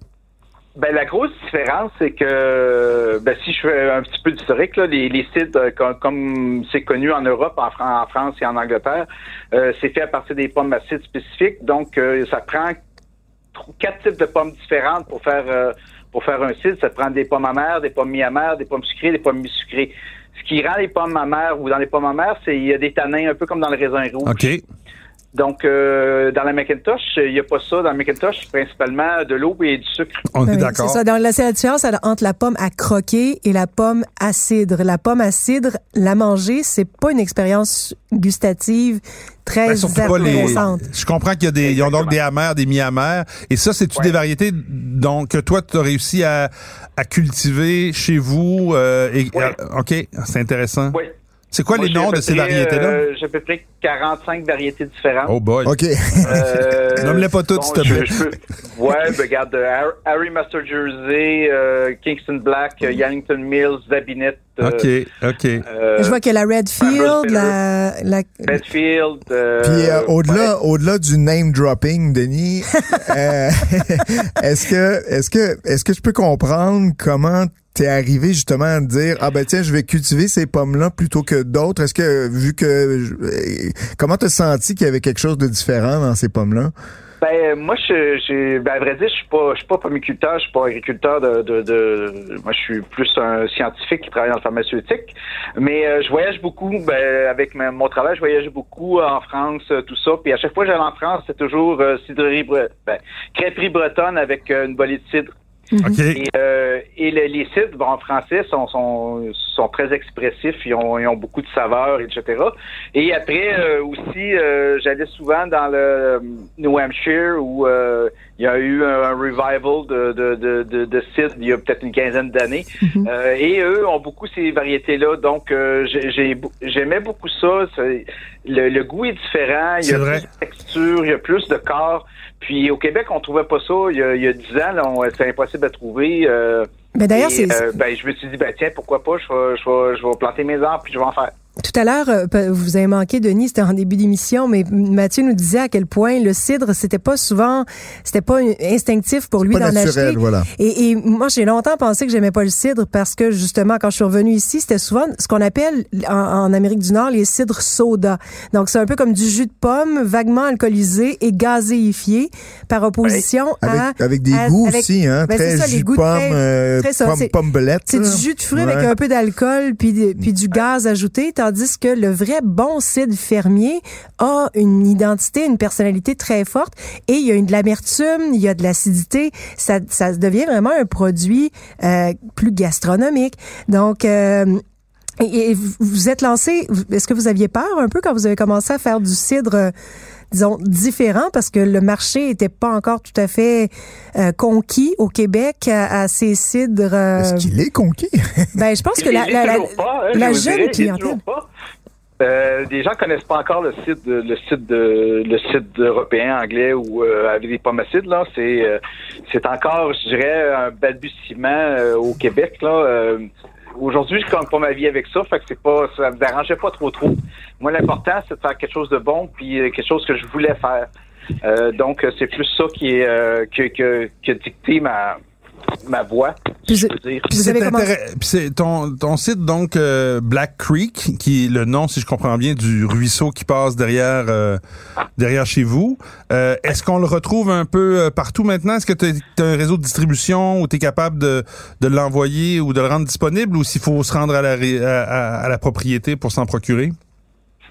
Speaker 1: Ben, la grosse différence, c'est que ben, si je fais un petit peu d'historique, là, les, les sites, euh, com- comme c'est connu en Europe, en, Fran- en France et en Angleterre, euh, c'est fait à partir des pommes à sites spécifiques. Donc, euh, ça prend tro- quatre types de pommes différentes pour faire euh, pour faire un site. Ça prend des pommes amères, des pommes mi-amères, des pommes sucrées, des pommes mi-sucrées. Ce qui rend les pommes amères ou dans les pommes amères, c'est il y a des tanins un peu comme dans le raisin rouge.
Speaker 2: OK.
Speaker 1: Donc, euh, dans la Macintosh, il n'y a pas ça. Dans la Macintosh, c'est principalement de l'eau et du sucre.
Speaker 2: On est
Speaker 3: Ben Oui,
Speaker 2: d'accord.
Speaker 3: C'est ça. Donc, là, c'est la différence elle, entre la pomme à croquer et la pomme à cidre. La pomme à cidre, la manger, c'est pas une expérience gustative très
Speaker 2: Ben, surtout pas les-
Speaker 3: intéressante.
Speaker 2: Je comprends qu'il y a des, ils ont donc
Speaker 1: Exactement.
Speaker 2: des amers, des mi-amers. Et ça, c'est toutes
Speaker 1: Ouais.
Speaker 2: des variétés donc, que toi, tu as réussi à, à cultiver chez vous. euh, et-
Speaker 1: Ouais.
Speaker 2: euh, OK, c'est intéressant.
Speaker 1: Oui.
Speaker 2: C'est quoi
Speaker 1: Moi,
Speaker 2: les
Speaker 1: j'ai à
Speaker 2: noms
Speaker 1: peu
Speaker 2: de ces
Speaker 1: près,
Speaker 2: variétés-là?
Speaker 1: euh, J'ai à peu près 45 variétés différentes.
Speaker 2: Oh boy.
Speaker 4: OK.
Speaker 1: Euh,
Speaker 2: Nomme-les pas toutes, s'il te
Speaker 1: je-
Speaker 2: plaît.
Speaker 1: je peux- ouais, ben, regarde, euh, Harry- Harry Master Jersey, euh, Kingston Black, euh, Yarrington Mills, Zabinet, euh,
Speaker 2: OK, OK.
Speaker 1: euh,
Speaker 3: Je vois que la
Speaker 1: Ambrose
Speaker 3: Redfield, la, la,
Speaker 1: Ben, Bedfield. euh,
Speaker 4: Puis euh,
Speaker 1: ouais.
Speaker 4: au-delà, au-delà du name dropping, Denis, euh, est-ce que, est-ce que, est-ce que je peux comprendre comment t'es arrivé justement à te dire ah ben tiens je vais cultiver ces pommes là plutôt que d'autres est-ce que vu que je- euh, comment t'as senti qu'il y avait quelque chose de différent dans ces pommes là
Speaker 1: Ben, moi, je, je, ben, à vrai dire, je suis pas, je suis pas pomiculteur, je suis pas agriculteur de, de, de- moi, je suis plus un scientifique qui travaille dans le pharmaceutique. Mais euh, je voyage beaucoup, ben, avec ma- mon travail, je voyage beaucoup en France, euh, tout ça. Puis à chaque fois que j'allais en France, c'est toujours euh, cidrerie, bre- ben, crêperie bretonne avec euh, une bolée de cidre.
Speaker 2: OK.
Speaker 1: Et, euh, et le- les cidres, bon, en français, sont, sont, sont très expressifs, ils ont, ils ont beaucoup de saveurs, etc. Et après euh, aussi, euh, j'allais souvent dans le euh, New Hampshire où euh, il y a eu un, un revival de, de, de, de, de cidres il y a peut-être une quinzaine d'années. Euh, et eux ont beaucoup ces variétés-là, donc euh, j'ai- j'ai bou- j'aimais beaucoup ça. C'est- Le, le goût est différent, il y
Speaker 2: C'est
Speaker 1: a
Speaker 2: vrai.
Speaker 1: plus de texture, il y a plus de corps. Puis au Québec, on trouvait pas ça. Il y a, il y a 10 ans, là, on- c'était impossible à trouver. euh,
Speaker 3: Mais d'ailleurs,
Speaker 1: et,
Speaker 3: c'est,
Speaker 1: ben, euh, ben, je me suis dit, ben, tiens, pourquoi pas, je vais, je vais, je vais planter mes arbres puis je vais en faire.
Speaker 3: Tout à l'heure, euh, vous avez manqué, Denis, c'était en début d'émission, mais Mathieu nous disait à quel point le cidre, c'était pas souvent, c'était pas un- instinctif pour lui
Speaker 4: pas
Speaker 3: d'en
Speaker 4: naturel,
Speaker 3: acheter.
Speaker 4: voilà.
Speaker 3: Et, et moi, j'ai longtemps pensé que j'aimais pas le cidre parce que justement, quand je suis revenue ici, c'était souvent ce qu'on appelle en, en Amérique du Nord les cidres soda. Donc, c'est un peu comme du jus de pomme, vaguement alcoolisé et gazéifié, par opposition à
Speaker 4: Avec, avec des
Speaker 3: à-
Speaker 4: goûts
Speaker 3: Ah, avec-
Speaker 4: aussi, hein,
Speaker 3: ben, c'est
Speaker 4: très
Speaker 3: ça, les
Speaker 4: jus de
Speaker 3: goûts
Speaker 4: pomme,
Speaker 3: très-
Speaker 4: euh,
Speaker 3: très ça,
Speaker 4: pomme,
Speaker 3: c'est-
Speaker 4: pomme belette.
Speaker 3: c'est
Speaker 4: là.
Speaker 3: du jus de fruits
Speaker 4: Ouais.
Speaker 3: avec un peu d'alcool puis, des- puis du gaz ajouté, tandis que le vrai bon cidre fermier a une identité, une personnalité très forte et il y a une de l'amertume, il y a de l'acidité. Ça, ça devient vraiment un produit euh, plus gastronomique. Donc, euh, et, et vous- vous êtes lancé, est-ce que vous aviez peur un peu quand vous avez commencé à faire du cidre, euh, disons, différent parce que le marché était pas encore tout à fait euh, conquis au Québec à, à ces cidres? euh,
Speaker 4: Est-ce qu'il est conquis?
Speaker 3: ben, je pense que
Speaker 1: Il
Speaker 3: la,
Speaker 1: est
Speaker 3: la, la-
Speaker 1: toujours pas, hein,
Speaker 3: la
Speaker 1: je vous dirais, il
Speaker 3: jeune
Speaker 1: est
Speaker 3: clientèle.
Speaker 1: toujours pas. Euh, des gens connaissent pas encore le site, de- le site, de, le site européen, anglais ou euh, avec des pommes acides là. C'est, euh, c'est encore, je dirais, un balbutiement euh, au Québec là. Euh, aujourd'hui, je compte pas ma vie avec ça, fait que c'est pas, ça me dérangeait pas trop trop. Moi, l'important, c'est de faire quelque chose de bon, puis euh, quelque chose que je voulais faire. Euh, donc, c'est plus ça qui est euh, que, que, que dicté ma ma voix, si
Speaker 3: Puis
Speaker 1: je
Speaker 3: je-
Speaker 1: peux
Speaker 3: puis
Speaker 1: dire.
Speaker 2: Puis
Speaker 3: vous avez
Speaker 2: c'est
Speaker 3: commencé-
Speaker 2: intéress- puis c'est ton, ton site, donc, euh, Black Creek, qui est le nom, si je comprends bien, du ruisseau qui passe derrière, euh, derrière chez vous. Euh, Est-ce qu'on le retrouve un peu euh, partout maintenant? Est-ce que tu as, un réseau de distribution où tu es capable de, de l'envoyer ou de le rendre disponible ou s'il faut se rendre à la, ré- à, à- à la propriété pour s'en procurer?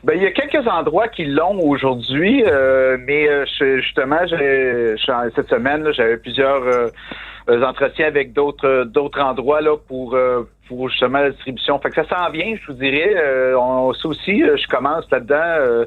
Speaker 1: Ben, il y a quelques endroits qui l'ont aujourd'hui, euh, mais euh, je- justement, j'ai- je- cette semaine, là, j'avais plusieurs euh, euh, entretiens avec d'autres euh, d'autres endroits là pour euh, pour justement la distribution. Fait que ça s'en vient, je vous dirais. Euh, on, ça aussi, euh, je commence là-dedans. euh,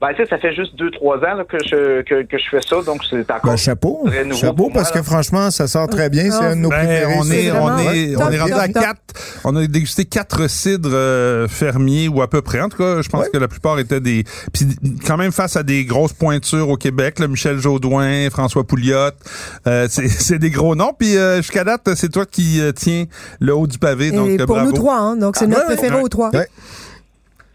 Speaker 1: ben, tu sais, ça fait juste deux trois ans là, que je que, que je fais ça, donc c'est encore.
Speaker 4: Ben, chapeau.
Speaker 1: Très nouveau
Speaker 4: Chapeau,
Speaker 1: pour moi,
Speaker 4: parce
Speaker 1: là.
Speaker 4: que franchement, ça sort très bien. C'est
Speaker 3: Ah,
Speaker 4: un de nos
Speaker 2: Ben,
Speaker 4: préférés.
Speaker 2: on est,
Speaker 3: c'est
Speaker 2: on
Speaker 3: vraiment
Speaker 2: est,
Speaker 3: top,
Speaker 2: on est rendu
Speaker 3: top,
Speaker 2: à
Speaker 3: top.
Speaker 2: quatre. On a dégusté quatre cidres euh, fermiers ou à peu près. En tout cas, je pense
Speaker 4: Ouais.
Speaker 2: que la plupart étaient des. Puis quand même face à des grosses pointures au Québec, là, Michel Jaudoin, François Pouliot, euh, c'est c'est des gros noms. Puis euh, jusqu'à date, c'est toi qui euh, tiens le haut du pavé. donc
Speaker 3: Et
Speaker 2: euh,
Speaker 3: pour
Speaker 2: bravo.
Speaker 3: nous trois, hein, donc c'est
Speaker 2: Ah,
Speaker 3: notre
Speaker 2: ouais,
Speaker 3: préféré
Speaker 2: ouais.
Speaker 3: aux trois.
Speaker 4: Ouais.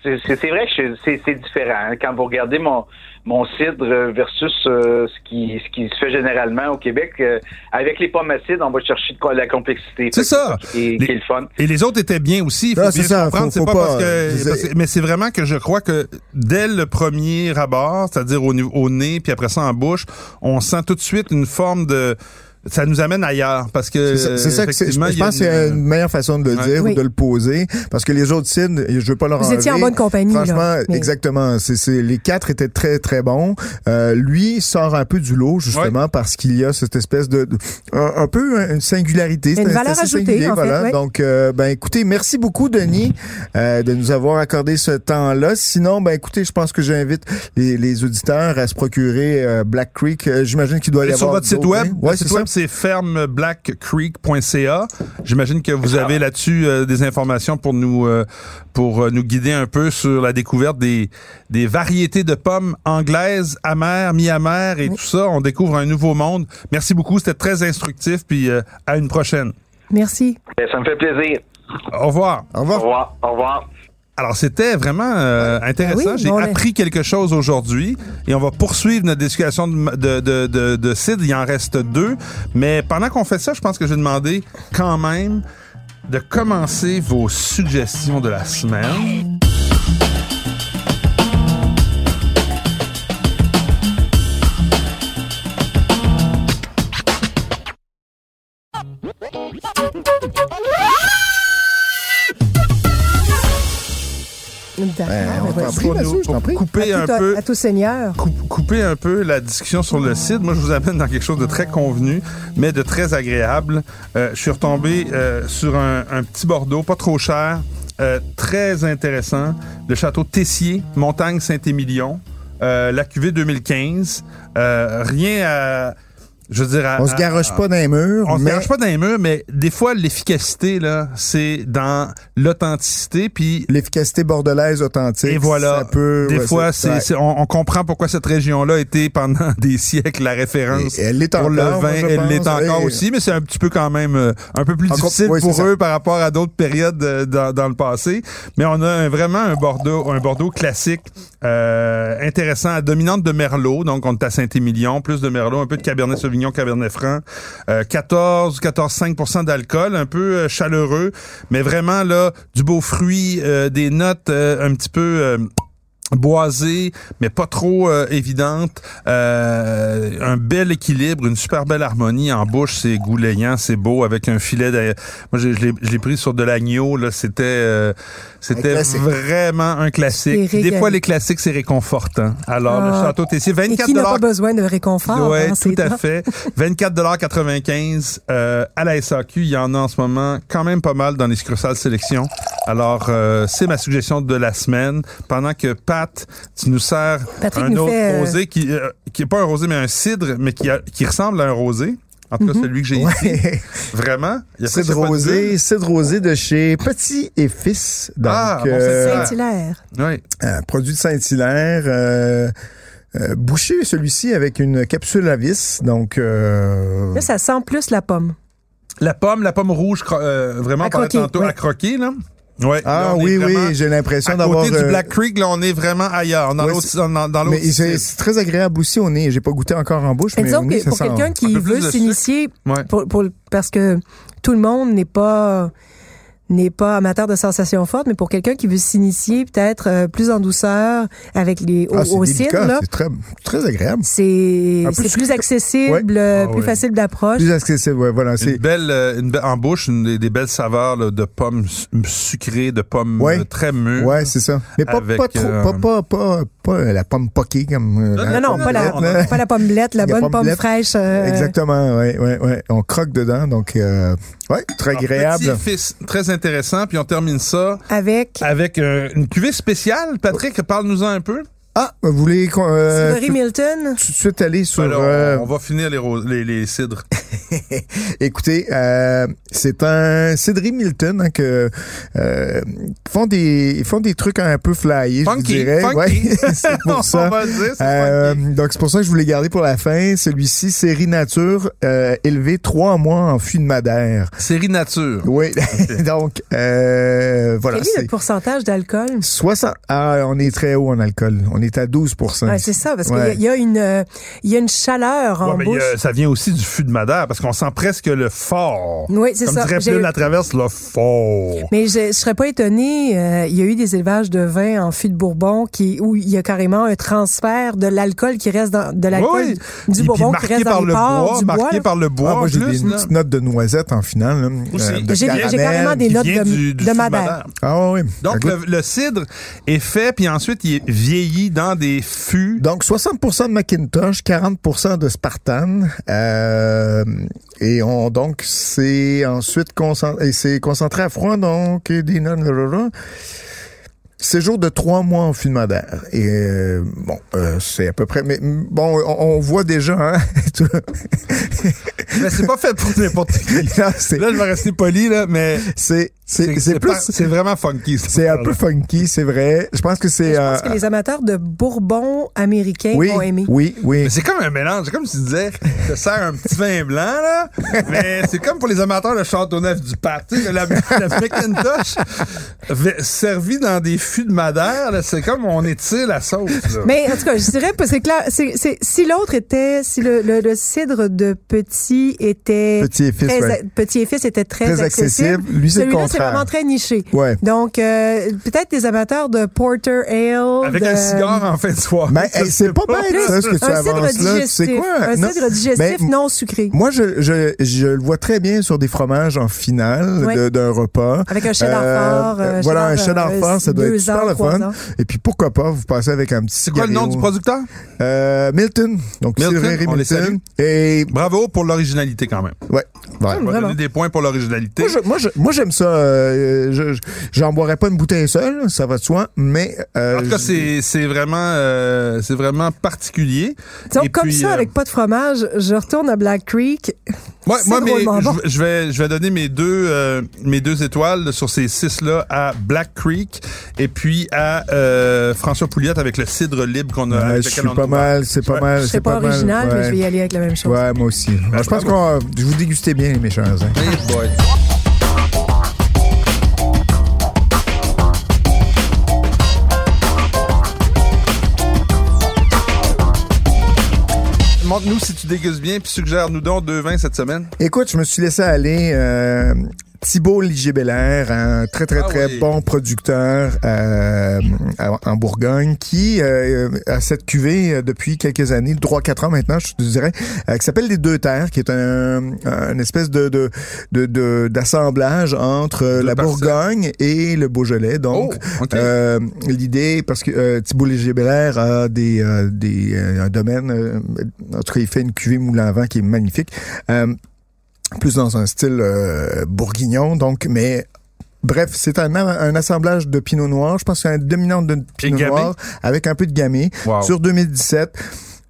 Speaker 1: C'est c'est- c'est vrai que je- c'est c'est différent. hein. Quand vous regardez mon mon cidre euh, versus euh, ce qui ce qui se fait généralement au Québec, euh, avec les pommes acides, on va chercher de quoi la complexité.
Speaker 2: C'est
Speaker 1: Fait que
Speaker 2: ça.
Speaker 1: qui, est- qui
Speaker 2: Les-
Speaker 1: est le fun.
Speaker 2: Et les autres étaient bien aussi. Il faut
Speaker 4: Ah,
Speaker 2: bien
Speaker 4: c'est
Speaker 2: se
Speaker 4: ça,
Speaker 2: comprendre.
Speaker 4: faut-
Speaker 2: C'est
Speaker 4: faut
Speaker 2: pas,
Speaker 4: pas,
Speaker 2: parce
Speaker 4: euh, je
Speaker 2: que,
Speaker 4: sais.
Speaker 2: parce que- mais c'est vraiment que je crois que dès le premier abord, c'est-à-dire au, niveau- au nez, puis après ça en bouche, on sent tout de suite une forme de. Ça nous amène ailleurs parce que.
Speaker 4: C'est ça- c'est ça que c'est- je
Speaker 2: effectivement, il
Speaker 4: je
Speaker 2: y a
Speaker 4: pense que c'est une meilleure façon de le
Speaker 2: Ouais.
Speaker 4: dire
Speaker 3: Oui.
Speaker 4: ou de le poser parce que les autres signes, je veux pas leur
Speaker 3: Vous étiez en
Speaker 4: enlever.
Speaker 3: bonne compagnie, là.
Speaker 4: Franchement,
Speaker 3: Mais-
Speaker 4: exactement. C'est c'est- les quatre étaient très très bons. Euh, lui sort un peu du lot justement parce qu'il y a cette espèce de de- un, un peu une singularité,
Speaker 3: Une
Speaker 4: C'est-
Speaker 3: valeur
Speaker 4: c'est assez
Speaker 3: ajoutée,
Speaker 4: singulier,
Speaker 3: en fait,
Speaker 4: voilà.
Speaker 3: ouais.
Speaker 4: Donc euh, ben écoutez, merci beaucoup Denis euh, de nous avoir accordé ce temps-là. Sinon ben écoutez, je pense que j'invite les, les auditeurs à se procurer euh, Black Creek. Euh, J'imagine qu'il doit y
Speaker 2: Allez
Speaker 4: avoir
Speaker 2: sur votre site
Speaker 4: d'autres,
Speaker 2: web,
Speaker 4: hein?
Speaker 2: le
Speaker 4: Ouais, c'est
Speaker 2: site
Speaker 4: ça.
Speaker 2: web c'est fermeblackcreek.ca. J'imagine que vous avez là-dessus euh, des informations pour nous euh, pour euh, nous guider un peu sur la découverte des des variétés de pommes anglaises amères, mi-amères et tout ça. On découvre un nouveau monde. Merci beaucoup, c'était très instructif. Puis euh, à une prochaine.
Speaker 3: Merci.
Speaker 1: Ben, Ça me fait plaisir.
Speaker 2: Au revoir.
Speaker 4: Au
Speaker 1: Au
Speaker 4: revoir.
Speaker 1: revoir. Au revoir.
Speaker 2: Alors, c'était vraiment euh, intéressant.
Speaker 3: Ben oui,
Speaker 2: J'ai
Speaker 3: on l'a-
Speaker 2: appris quelque chose aujourd'hui et on va poursuivre notre discussion de, de, de, de, de Sid. Il en reste deux. Mais pendant qu'on fait ça, je pense que j'ai demandé quand même de commencer vos suggestions de la semaine.
Speaker 3: D'accord,
Speaker 4: Ben,
Speaker 3: ben
Speaker 4: on t'en
Speaker 3: voici.
Speaker 4: prie, Mathieu, je t'en prie.
Speaker 2: Couper
Speaker 3: à,
Speaker 2: un
Speaker 3: tout,
Speaker 2: peu.
Speaker 3: à tout seigneur.
Speaker 2: Coup- couper un peu la discussion sur le site. Moi, je vous amène dans quelque chose de très convenu, mais de très agréable. Euh, je suis retombé euh, sur un, un petit Bordeaux, pas trop cher, euh, très intéressant. Le château Tessier, Montagne Saint-Émilion, euh, la cuvée 2015. Euh, rien à Je veux dire, à-
Speaker 4: On se
Speaker 2: à-
Speaker 4: garoche pas dans les murs,
Speaker 2: Ah. on se
Speaker 4: mais
Speaker 2: garoche pas dans les murs, mais des fois, l'efficacité, là, c'est dans l'authenticité, puis
Speaker 4: l'efficacité bordelaise authentique,
Speaker 2: et voilà.
Speaker 4: ça peut...
Speaker 2: des
Speaker 4: ouais,
Speaker 2: fois,
Speaker 4: ça-
Speaker 2: c'est,
Speaker 4: ouais.
Speaker 2: c'est- on, on comprend pourquoi cette région-là a été pendant des siècles la référence.
Speaker 4: Et elle l'est
Speaker 2: Pour le
Speaker 4: encore,
Speaker 2: vin,
Speaker 4: je
Speaker 2: elle l'est
Speaker 4: pense.
Speaker 2: encore
Speaker 4: Et-
Speaker 2: aussi, mais c'est un petit peu quand même euh, un peu plus
Speaker 4: Encore-
Speaker 2: difficile
Speaker 4: oui, c'est
Speaker 2: pour
Speaker 4: ça.
Speaker 2: eux par rapport à d'autres périodes euh, dans, dans le passé. Mais on a un- vraiment un Bordeaux, un Bordeaux classique euh, intéressant, à dominante de Merlot. Donc on est à Saint-Émilion, plus de Merlot, un peu de Cabernet Sauvignon, Cabernet Franc, euh, 14, 14,5 d'alcool, un peu euh, chaleureux, mais vraiment là du beau fruit, euh, des notes euh, un petit peu euh, boisée, mais pas trop euh, évidente. Euh, un bel équilibre, une super belle harmonie en bouche. C'est goulayant, c'est beau, avec un filet. De... Moi, j'ai- je l'ai- je l'ai pris sur de l'agneau. Là, c'était, euh,
Speaker 4: Un
Speaker 2: c'était
Speaker 4: classique.
Speaker 2: vraiment un classique.
Speaker 3: C'est
Speaker 2: Des fois,
Speaker 3: régalé.
Speaker 2: les classiques, c'est réconfortant. Alors, le
Speaker 3: Ah.
Speaker 2: Château Tessier,
Speaker 3: Et
Speaker 2: 24
Speaker 3: qui n'a pas besoin de
Speaker 4: Ah,
Speaker 3: réconfort?
Speaker 2: Ouais,
Speaker 4: ben,
Speaker 3: hein,
Speaker 2: tout
Speaker 3: c'est
Speaker 2: à
Speaker 3: ça.
Speaker 2: fait. 24,95 euh, à la SAQ. Il y en a en ce moment quand même pas mal dans les succursales sélection. Alors, euh, c'est ma suggestion de la semaine. Pendant que Pat, tu nous sers
Speaker 3: Patrick
Speaker 2: un
Speaker 3: nous
Speaker 2: autre
Speaker 3: fait, euh,
Speaker 2: rosé qui euh, qui est pas un rosé, mais un cidre, mais qui, a- qui ressemble à un rosé. En tout cas, celui que j'ai ici.
Speaker 4: Mhm. Ouais.
Speaker 2: Vraiment. Il y a
Speaker 4: Cidre
Speaker 2: presque pas de
Speaker 4: rosé, cidre rosé de chez Petit et Fils. Donc,
Speaker 2: Ah, bon,
Speaker 4: euh,
Speaker 2: c'est ça.
Speaker 3: Saint-Hilaire.
Speaker 2: bulles. Ouais.
Speaker 4: Un produit de Saint-Hilaire. euh, euh, bouché celui-ci avec une capsule à vis, donc euh,
Speaker 3: Là, ça sent plus la pomme.
Speaker 2: La pomme, la pomme rouge, cro- euh, vraiment,
Speaker 3: À
Speaker 2: on parlait
Speaker 3: croquer,
Speaker 2: tantôt
Speaker 3: ouais.
Speaker 2: à croquer, là. Ouais,
Speaker 4: ah
Speaker 2: Là, on est
Speaker 4: oui
Speaker 2: vraiment
Speaker 4: oui, j'ai l'impression
Speaker 2: À
Speaker 4: d'avoir
Speaker 2: côté du
Speaker 4: euh,
Speaker 2: Black Creek, là, on est vraiment ailleurs, dans
Speaker 4: Ouais,
Speaker 2: l'autre, dans, dans l'autre
Speaker 4: mais c'est
Speaker 2: style.
Speaker 4: c'est très agréable aussi au nez. J'ai pas goûté encore en bouche,
Speaker 3: Mais
Speaker 4: mais au
Speaker 3: disons
Speaker 4: nez,
Speaker 3: que
Speaker 4: ça
Speaker 3: pour
Speaker 4: sent-
Speaker 3: quelqu'un
Speaker 2: un
Speaker 3: qui
Speaker 2: peu plus
Speaker 3: veut
Speaker 2: de sucre.
Speaker 3: s'initier,
Speaker 2: Ouais.
Speaker 3: pour, pour- parce que tout le monde n'est pas n'est pas amateur de sensations fortes, mais pour quelqu'un qui veut s'initier peut-être euh, plus en douceur avec les au,
Speaker 4: Ah, c'est
Speaker 3: au
Speaker 4: délicat,
Speaker 3: cidre, là,
Speaker 4: c'est très, très agréable.
Speaker 3: c'est
Speaker 4: Un peu
Speaker 3: c'est
Speaker 4: sucré.
Speaker 3: plus accessible,
Speaker 4: Ouais.
Speaker 3: euh,
Speaker 2: Ah
Speaker 3: plus
Speaker 2: ouais.
Speaker 3: facile d'approche.
Speaker 4: Plus accessible, ouais, voilà.
Speaker 2: Une
Speaker 4: C'est
Speaker 2: belle, euh, une belle- en bouche, une- des, des belles saveurs là, de pommes su- sucrées, de pommes
Speaker 4: Ouais.
Speaker 2: euh, très mûres.
Speaker 4: ouais, c'est ça. Mais pas,
Speaker 2: Avec,
Speaker 4: pas trop,
Speaker 2: euh,
Speaker 4: pas, pas, pas, pas la pomme poquée comme. euh,
Speaker 3: Non, non, pas la,
Speaker 4: pomme blette, là.
Speaker 3: pas la pomme blette, la
Speaker 4: La
Speaker 3: bonne
Speaker 4: pomme
Speaker 3: pomme,
Speaker 4: blette.
Speaker 3: fraîche. euh,
Speaker 4: Exactement, ouais, ouais, ouais. On croque dedans, donc euh, ouais, très
Speaker 2: Alors,
Speaker 4: agréable.
Speaker 2: petit fils, très intéressant. Puis on termine ça
Speaker 3: Avec
Speaker 2: avec euh, une cuvée spéciale. Patrick, parle-nous-en un peu.
Speaker 4: Ah, vous voulez qu'on, euh,
Speaker 3: Sylvie Milton.
Speaker 4: tout de suite aller sur.
Speaker 2: Ben là, on-
Speaker 4: euh,
Speaker 2: on, va finir les, ros- les, les cidres.
Speaker 4: Écoutez, euh, c'est un Cédric Milton hein, que euh, ils font des ils font des trucs un peu flyés, je vous
Speaker 2: Funky,
Speaker 4: dirais.
Speaker 2: funky.
Speaker 4: Ouais, c'est
Speaker 2: on
Speaker 4: pour ça.
Speaker 2: va le dire, c'est
Speaker 4: Euh,
Speaker 2: funky.
Speaker 4: donc c'est pour ça que je voulais garder pour la fin celui-ci série nature euh, élevé trois mois en fût de madère.
Speaker 2: Série nature.
Speaker 4: Oui, donc euh, voilà.
Speaker 3: Quel est
Speaker 4: c'est
Speaker 3: le pourcentage d'alcool?
Speaker 4: 60 Ah, on est très haut en alcool. On est à 12
Speaker 3: Ouais, c'est ça, parce qu'il y a-
Speaker 4: Ouais.
Speaker 3: il y, a une euh, il y a une chaleur
Speaker 2: Ouais,
Speaker 3: en
Speaker 2: mais il y
Speaker 3: bouche.
Speaker 2: a- ça vient aussi du fût de Madère, parce qu'on sent presque le fort.
Speaker 3: Oui, c'est
Speaker 2: Comme
Speaker 3: ça.
Speaker 2: dirait
Speaker 3: J'ai-
Speaker 2: Plume la traverse, le fort.
Speaker 3: Mais je, je serais pas étonnée. euh, il y a eu des élevages de vin en fût de Bourbon qui où il y a carrément un transfert de l'alcool qui reste dans de l'alcool
Speaker 2: Oui,
Speaker 3: du du
Speaker 2: Puis- puis
Speaker 3: Bourbon qui
Speaker 2: marqué
Speaker 3: reste
Speaker 2: par
Speaker 3: dans les
Speaker 2: le
Speaker 3: pores,
Speaker 2: bois,
Speaker 3: du
Speaker 2: marqué
Speaker 3: bois. là.
Speaker 2: par le bois.
Speaker 4: Ah,
Speaker 2: en
Speaker 4: moi, j'ai des
Speaker 2: plus, là.
Speaker 4: petites notes de noisettes en finale. là,
Speaker 2: Aussi.
Speaker 4: euh, de
Speaker 3: J'ai- j'ai
Speaker 4: caramel,
Speaker 3: carrément des
Speaker 4: qui-
Speaker 3: notes-
Speaker 2: qui vient
Speaker 3: de-
Speaker 2: du, du
Speaker 3: de
Speaker 2: sud
Speaker 3: Madère.
Speaker 4: Ah oui.
Speaker 2: Donc, le, le cidre est fait, puis ensuite, il est vieilli dans des fûts.
Speaker 4: Donc, 60 de Macintosh, 40 de Spartan. Euh, et on, donc, c'est ensuite concent- et c'est concentré à froid, donc, et des non, blablabla. Séjour de trois mois en Fulmadère. Et euh, bon, euh, c'est à peu près. Mais mm, bon, on, on voit déjà. Hein, tout-
Speaker 2: Mais c'est pas fait pour n'importe qui.
Speaker 4: Non, c'est-
Speaker 2: Là, je vais rester poli, là, mais
Speaker 4: c'est c'est- c'est
Speaker 2: pas-
Speaker 4: plus.
Speaker 2: c'est vraiment funky. cette
Speaker 4: C'est un
Speaker 2: affaire-là.
Speaker 4: peu funky, c'est vrai. Je pense que c'est.
Speaker 3: Je pense
Speaker 4: euh,
Speaker 3: que les amateurs de Bourbon américain
Speaker 4: oui,
Speaker 3: ont aimé.
Speaker 4: oui, oui.
Speaker 2: Mais c'est comme un mélange. C'est comme si tu disais, je te sers un petit vin blanc, là, mais c'est comme pour les amateurs de Châteauneuf du Pape. Tu sais, la, la Macintosh v- servie dans des fûts de Madère, là, c'est comme on étire la sauce, là.
Speaker 3: Mais en tout cas, je dirais parce que là, c'est, c'est- si l'autre était, si le, le- le cidre de petit était
Speaker 4: Petit et fils,
Speaker 3: très,
Speaker 4: ouais.
Speaker 3: petit et fils était très,
Speaker 4: Très accessible, lui, c'est
Speaker 3: Celui-là,
Speaker 4: le
Speaker 3: c'est
Speaker 4: contraire.
Speaker 3: vraiment très niché.
Speaker 4: Ouais.
Speaker 3: Donc euh, peut-être des amateurs de porter ale,
Speaker 2: Avec
Speaker 3: de-
Speaker 2: un cigare en fin de soirée.
Speaker 4: euh, Mais
Speaker 2: Je
Speaker 4: Ben, hey, c'est
Speaker 2: sais
Speaker 4: pas bête, ça, ce que tu
Speaker 3: un
Speaker 4: avances
Speaker 3: cidre
Speaker 4: là. Tu sais
Speaker 3: digestif,
Speaker 4: quoi?
Speaker 3: un
Speaker 4: Non,
Speaker 3: cidre digestif
Speaker 4: mais-
Speaker 3: non sucré,
Speaker 4: Moi, je, je, je le vois très bien sur des fromages en finale
Speaker 3: Ouais.
Speaker 4: de- d'un repas.
Speaker 3: avec un cheddar
Speaker 4: Euh,
Speaker 3: fort. euh,
Speaker 4: voilà, un cheddar
Speaker 3: euh,
Speaker 4: fort, ça doit
Speaker 3: deux deux
Speaker 4: super
Speaker 3: heures,
Speaker 4: le
Speaker 3: trois
Speaker 4: fun.
Speaker 3: heures.
Speaker 4: Et puis pourquoi pas vous passez avec un petit
Speaker 2: C'est quoi le nom du
Speaker 4: cigarillo.
Speaker 2: producteur?
Speaker 4: Euh, Milton. Donc
Speaker 2: Milton,
Speaker 4: Sylvain Ray
Speaker 2: on les
Speaker 4: Milton. Et
Speaker 2: Bravo pour l'originalité quand même.
Speaker 4: ouais, voilà.
Speaker 2: On va
Speaker 3: Vraiment.
Speaker 2: donner des points pour l'originalité.
Speaker 4: Moi, je- moi, je- moi, j'aime ça. euh, je- je- J'en boirais pas une bouteille seule, ça va de soi, mais... euh,
Speaker 2: En tout cas,
Speaker 4: je-
Speaker 2: c'est c'est vraiment euh, c'est vraiment particulier. Et
Speaker 3: Donc, comme
Speaker 2: puis,
Speaker 3: ça,
Speaker 2: euh,
Speaker 3: avec pas de fromage, je retourne à Black Creek.
Speaker 2: Ouais,
Speaker 3: C'est
Speaker 2: moi, mais
Speaker 3: drôlement bon.
Speaker 2: je, je vais je vais donner mes deux euh, mes deux étoiles sur ces six là à Black Creek et puis à euh, François Pouliot avec le cidre libre qu'on a.
Speaker 4: Ouais,
Speaker 2: euh, avec
Speaker 4: je
Speaker 2: lequel
Speaker 4: suis
Speaker 2: on
Speaker 4: pas
Speaker 2: a-
Speaker 4: mal, c'est pas
Speaker 2: Ouais.
Speaker 4: mal.
Speaker 3: C'est
Speaker 4: c'est
Speaker 3: pas,
Speaker 4: mal,
Speaker 3: original, mais
Speaker 4: ouais.
Speaker 3: je vais y aller avec la même chose.
Speaker 4: Ouais, moi aussi.
Speaker 2: Ah,
Speaker 4: Moi, je pense qu'on, je vous dégustez bien, mes chers amis.
Speaker 2: Hey boy. Montre-nous si tu dégustes bien, puis suggère-nous donc deux vins cette semaine.
Speaker 4: Écoute, je me suis laissé aller. Euh, Thibault Ligier-Belair, un très, très,
Speaker 2: Ah
Speaker 4: très
Speaker 2: oui.
Speaker 4: bon producteur euh, à- en Bourgogne qui euh, a cette cuvée euh, depuis quelques années, 3-4 ans maintenant, je te dirais, euh, qui s'appelle Les Deux Terres, qui est un, un espèce de de- de- de- d'assemblage entre euh,
Speaker 2: Deux
Speaker 4: la
Speaker 2: parcelles.
Speaker 4: Bourgogne et le Beaujolais. Donc,
Speaker 2: Oh, ok.
Speaker 4: euh, l'idée, parce que euh, Thibault Léger-Belair a des, euh, des, euh, un domaine, euh, en tout cas, il fait une cuvée moulin à vent qui est magnifique. Euh, plus dans un style euh, bourguignon, donc, mais bref, c'est un, un assemblage de pinot noir. Je pense qu'il y a un dominant de pinot
Speaker 2: gamay.
Speaker 4: noir avec un peu de gamay
Speaker 2: Wow.
Speaker 4: sur 2017.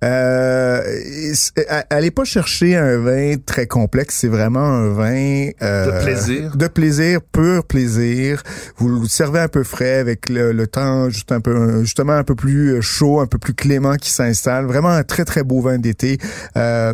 Speaker 4: Euh, et c'est- a- allez pas chercher un vin très complexe, c'est vraiment un vin euh,
Speaker 2: De plaisir.
Speaker 4: de plaisir, pur plaisir. Vous le servez un peu frais avec le, le temps juste un peu, justement un peu plus euh, chaud, un peu plus clément qui s'installe. Vraiment un très très beau vin d'été. Euh,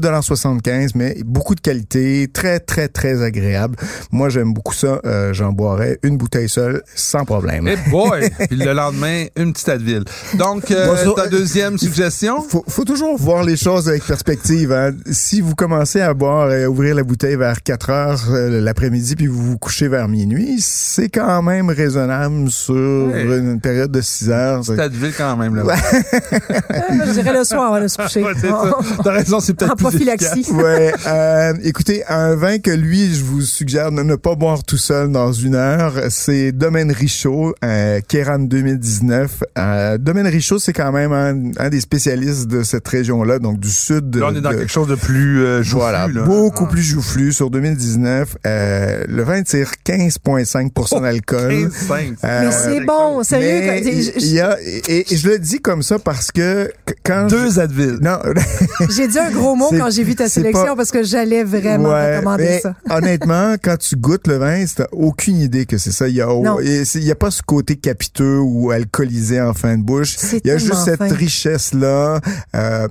Speaker 4: 29,75 mais beaucoup de qualité, très très très agréable. Moi j'aime beaucoup ça. Euh, J'en boirais une bouteille seule sans problème.
Speaker 2: Hey boy! Puis le lendemain, une petite Advil. Donc, euh,
Speaker 4: Bonjour.
Speaker 2: ta deuxième suggestion?
Speaker 4: faut, faut toujours voir les choses avec perspective. hein. Si vous commencez à boire et à ouvrir la bouteille vers 4 heures euh, l'après-midi puis vous vous couchez vers minuit, c'est quand même raisonnable sur
Speaker 2: Ouais.
Speaker 4: une période de 6 heures.
Speaker 2: Petite Advil quand même. Là. Ouais,
Speaker 3: Ouais, Ah, je dirais le soir avant de se coucher.
Speaker 2: c'est
Speaker 3: En-
Speaker 2: ça. T'as raison, c'est
Speaker 3: en
Speaker 2: peut-être plus efficace.
Speaker 3: prophylaxie.
Speaker 4: Ouais, euh, écoutez, un vin que lui, je vous suggère de ne pas boire tout seul dans une heure, c'est Domaine Richaud, euh, Kéran 2019. Euh, Domaine Richaud, c'est quand même un, un des spécialistes de cette région-là, donc du sud. de-
Speaker 2: Là, on est dans
Speaker 4: de-
Speaker 2: quelque chose de plus euh, joufflu.
Speaker 4: voilà,
Speaker 2: là. Ah.
Speaker 4: beaucoup plus joufflu. Sur 2019, euh, le vin tire
Speaker 2: Oh,
Speaker 4: 15,5 d'alcool.
Speaker 2: 15-5.
Speaker 4: Euh,
Speaker 3: Mais c'est bon, sérieux.
Speaker 4: mais
Speaker 3: quand-
Speaker 4: il- il y a- et, et je le dis comme ça parce que qu- quand...
Speaker 2: Deux Advil.
Speaker 4: je- non,
Speaker 3: J'ai dit un gros mot
Speaker 4: C'est-
Speaker 3: quand j'ai vu ta
Speaker 4: c'est
Speaker 3: sélection
Speaker 4: pas-
Speaker 3: parce que j'allais vraiment
Speaker 4: Ouais,
Speaker 3: recommander
Speaker 4: mais
Speaker 3: ça.
Speaker 4: honnêtement, quand tu goûtes le vin, t'as aucune idée que c'est ça. Il y a,
Speaker 3: Non.
Speaker 4: et c'est- il y a pas ce côté capiteux ou alcoolisé en fin de bouche.
Speaker 3: C'est
Speaker 4: Il y a
Speaker 3: tellement
Speaker 4: juste cette
Speaker 3: fin.
Speaker 4: richesse là, euh, euh,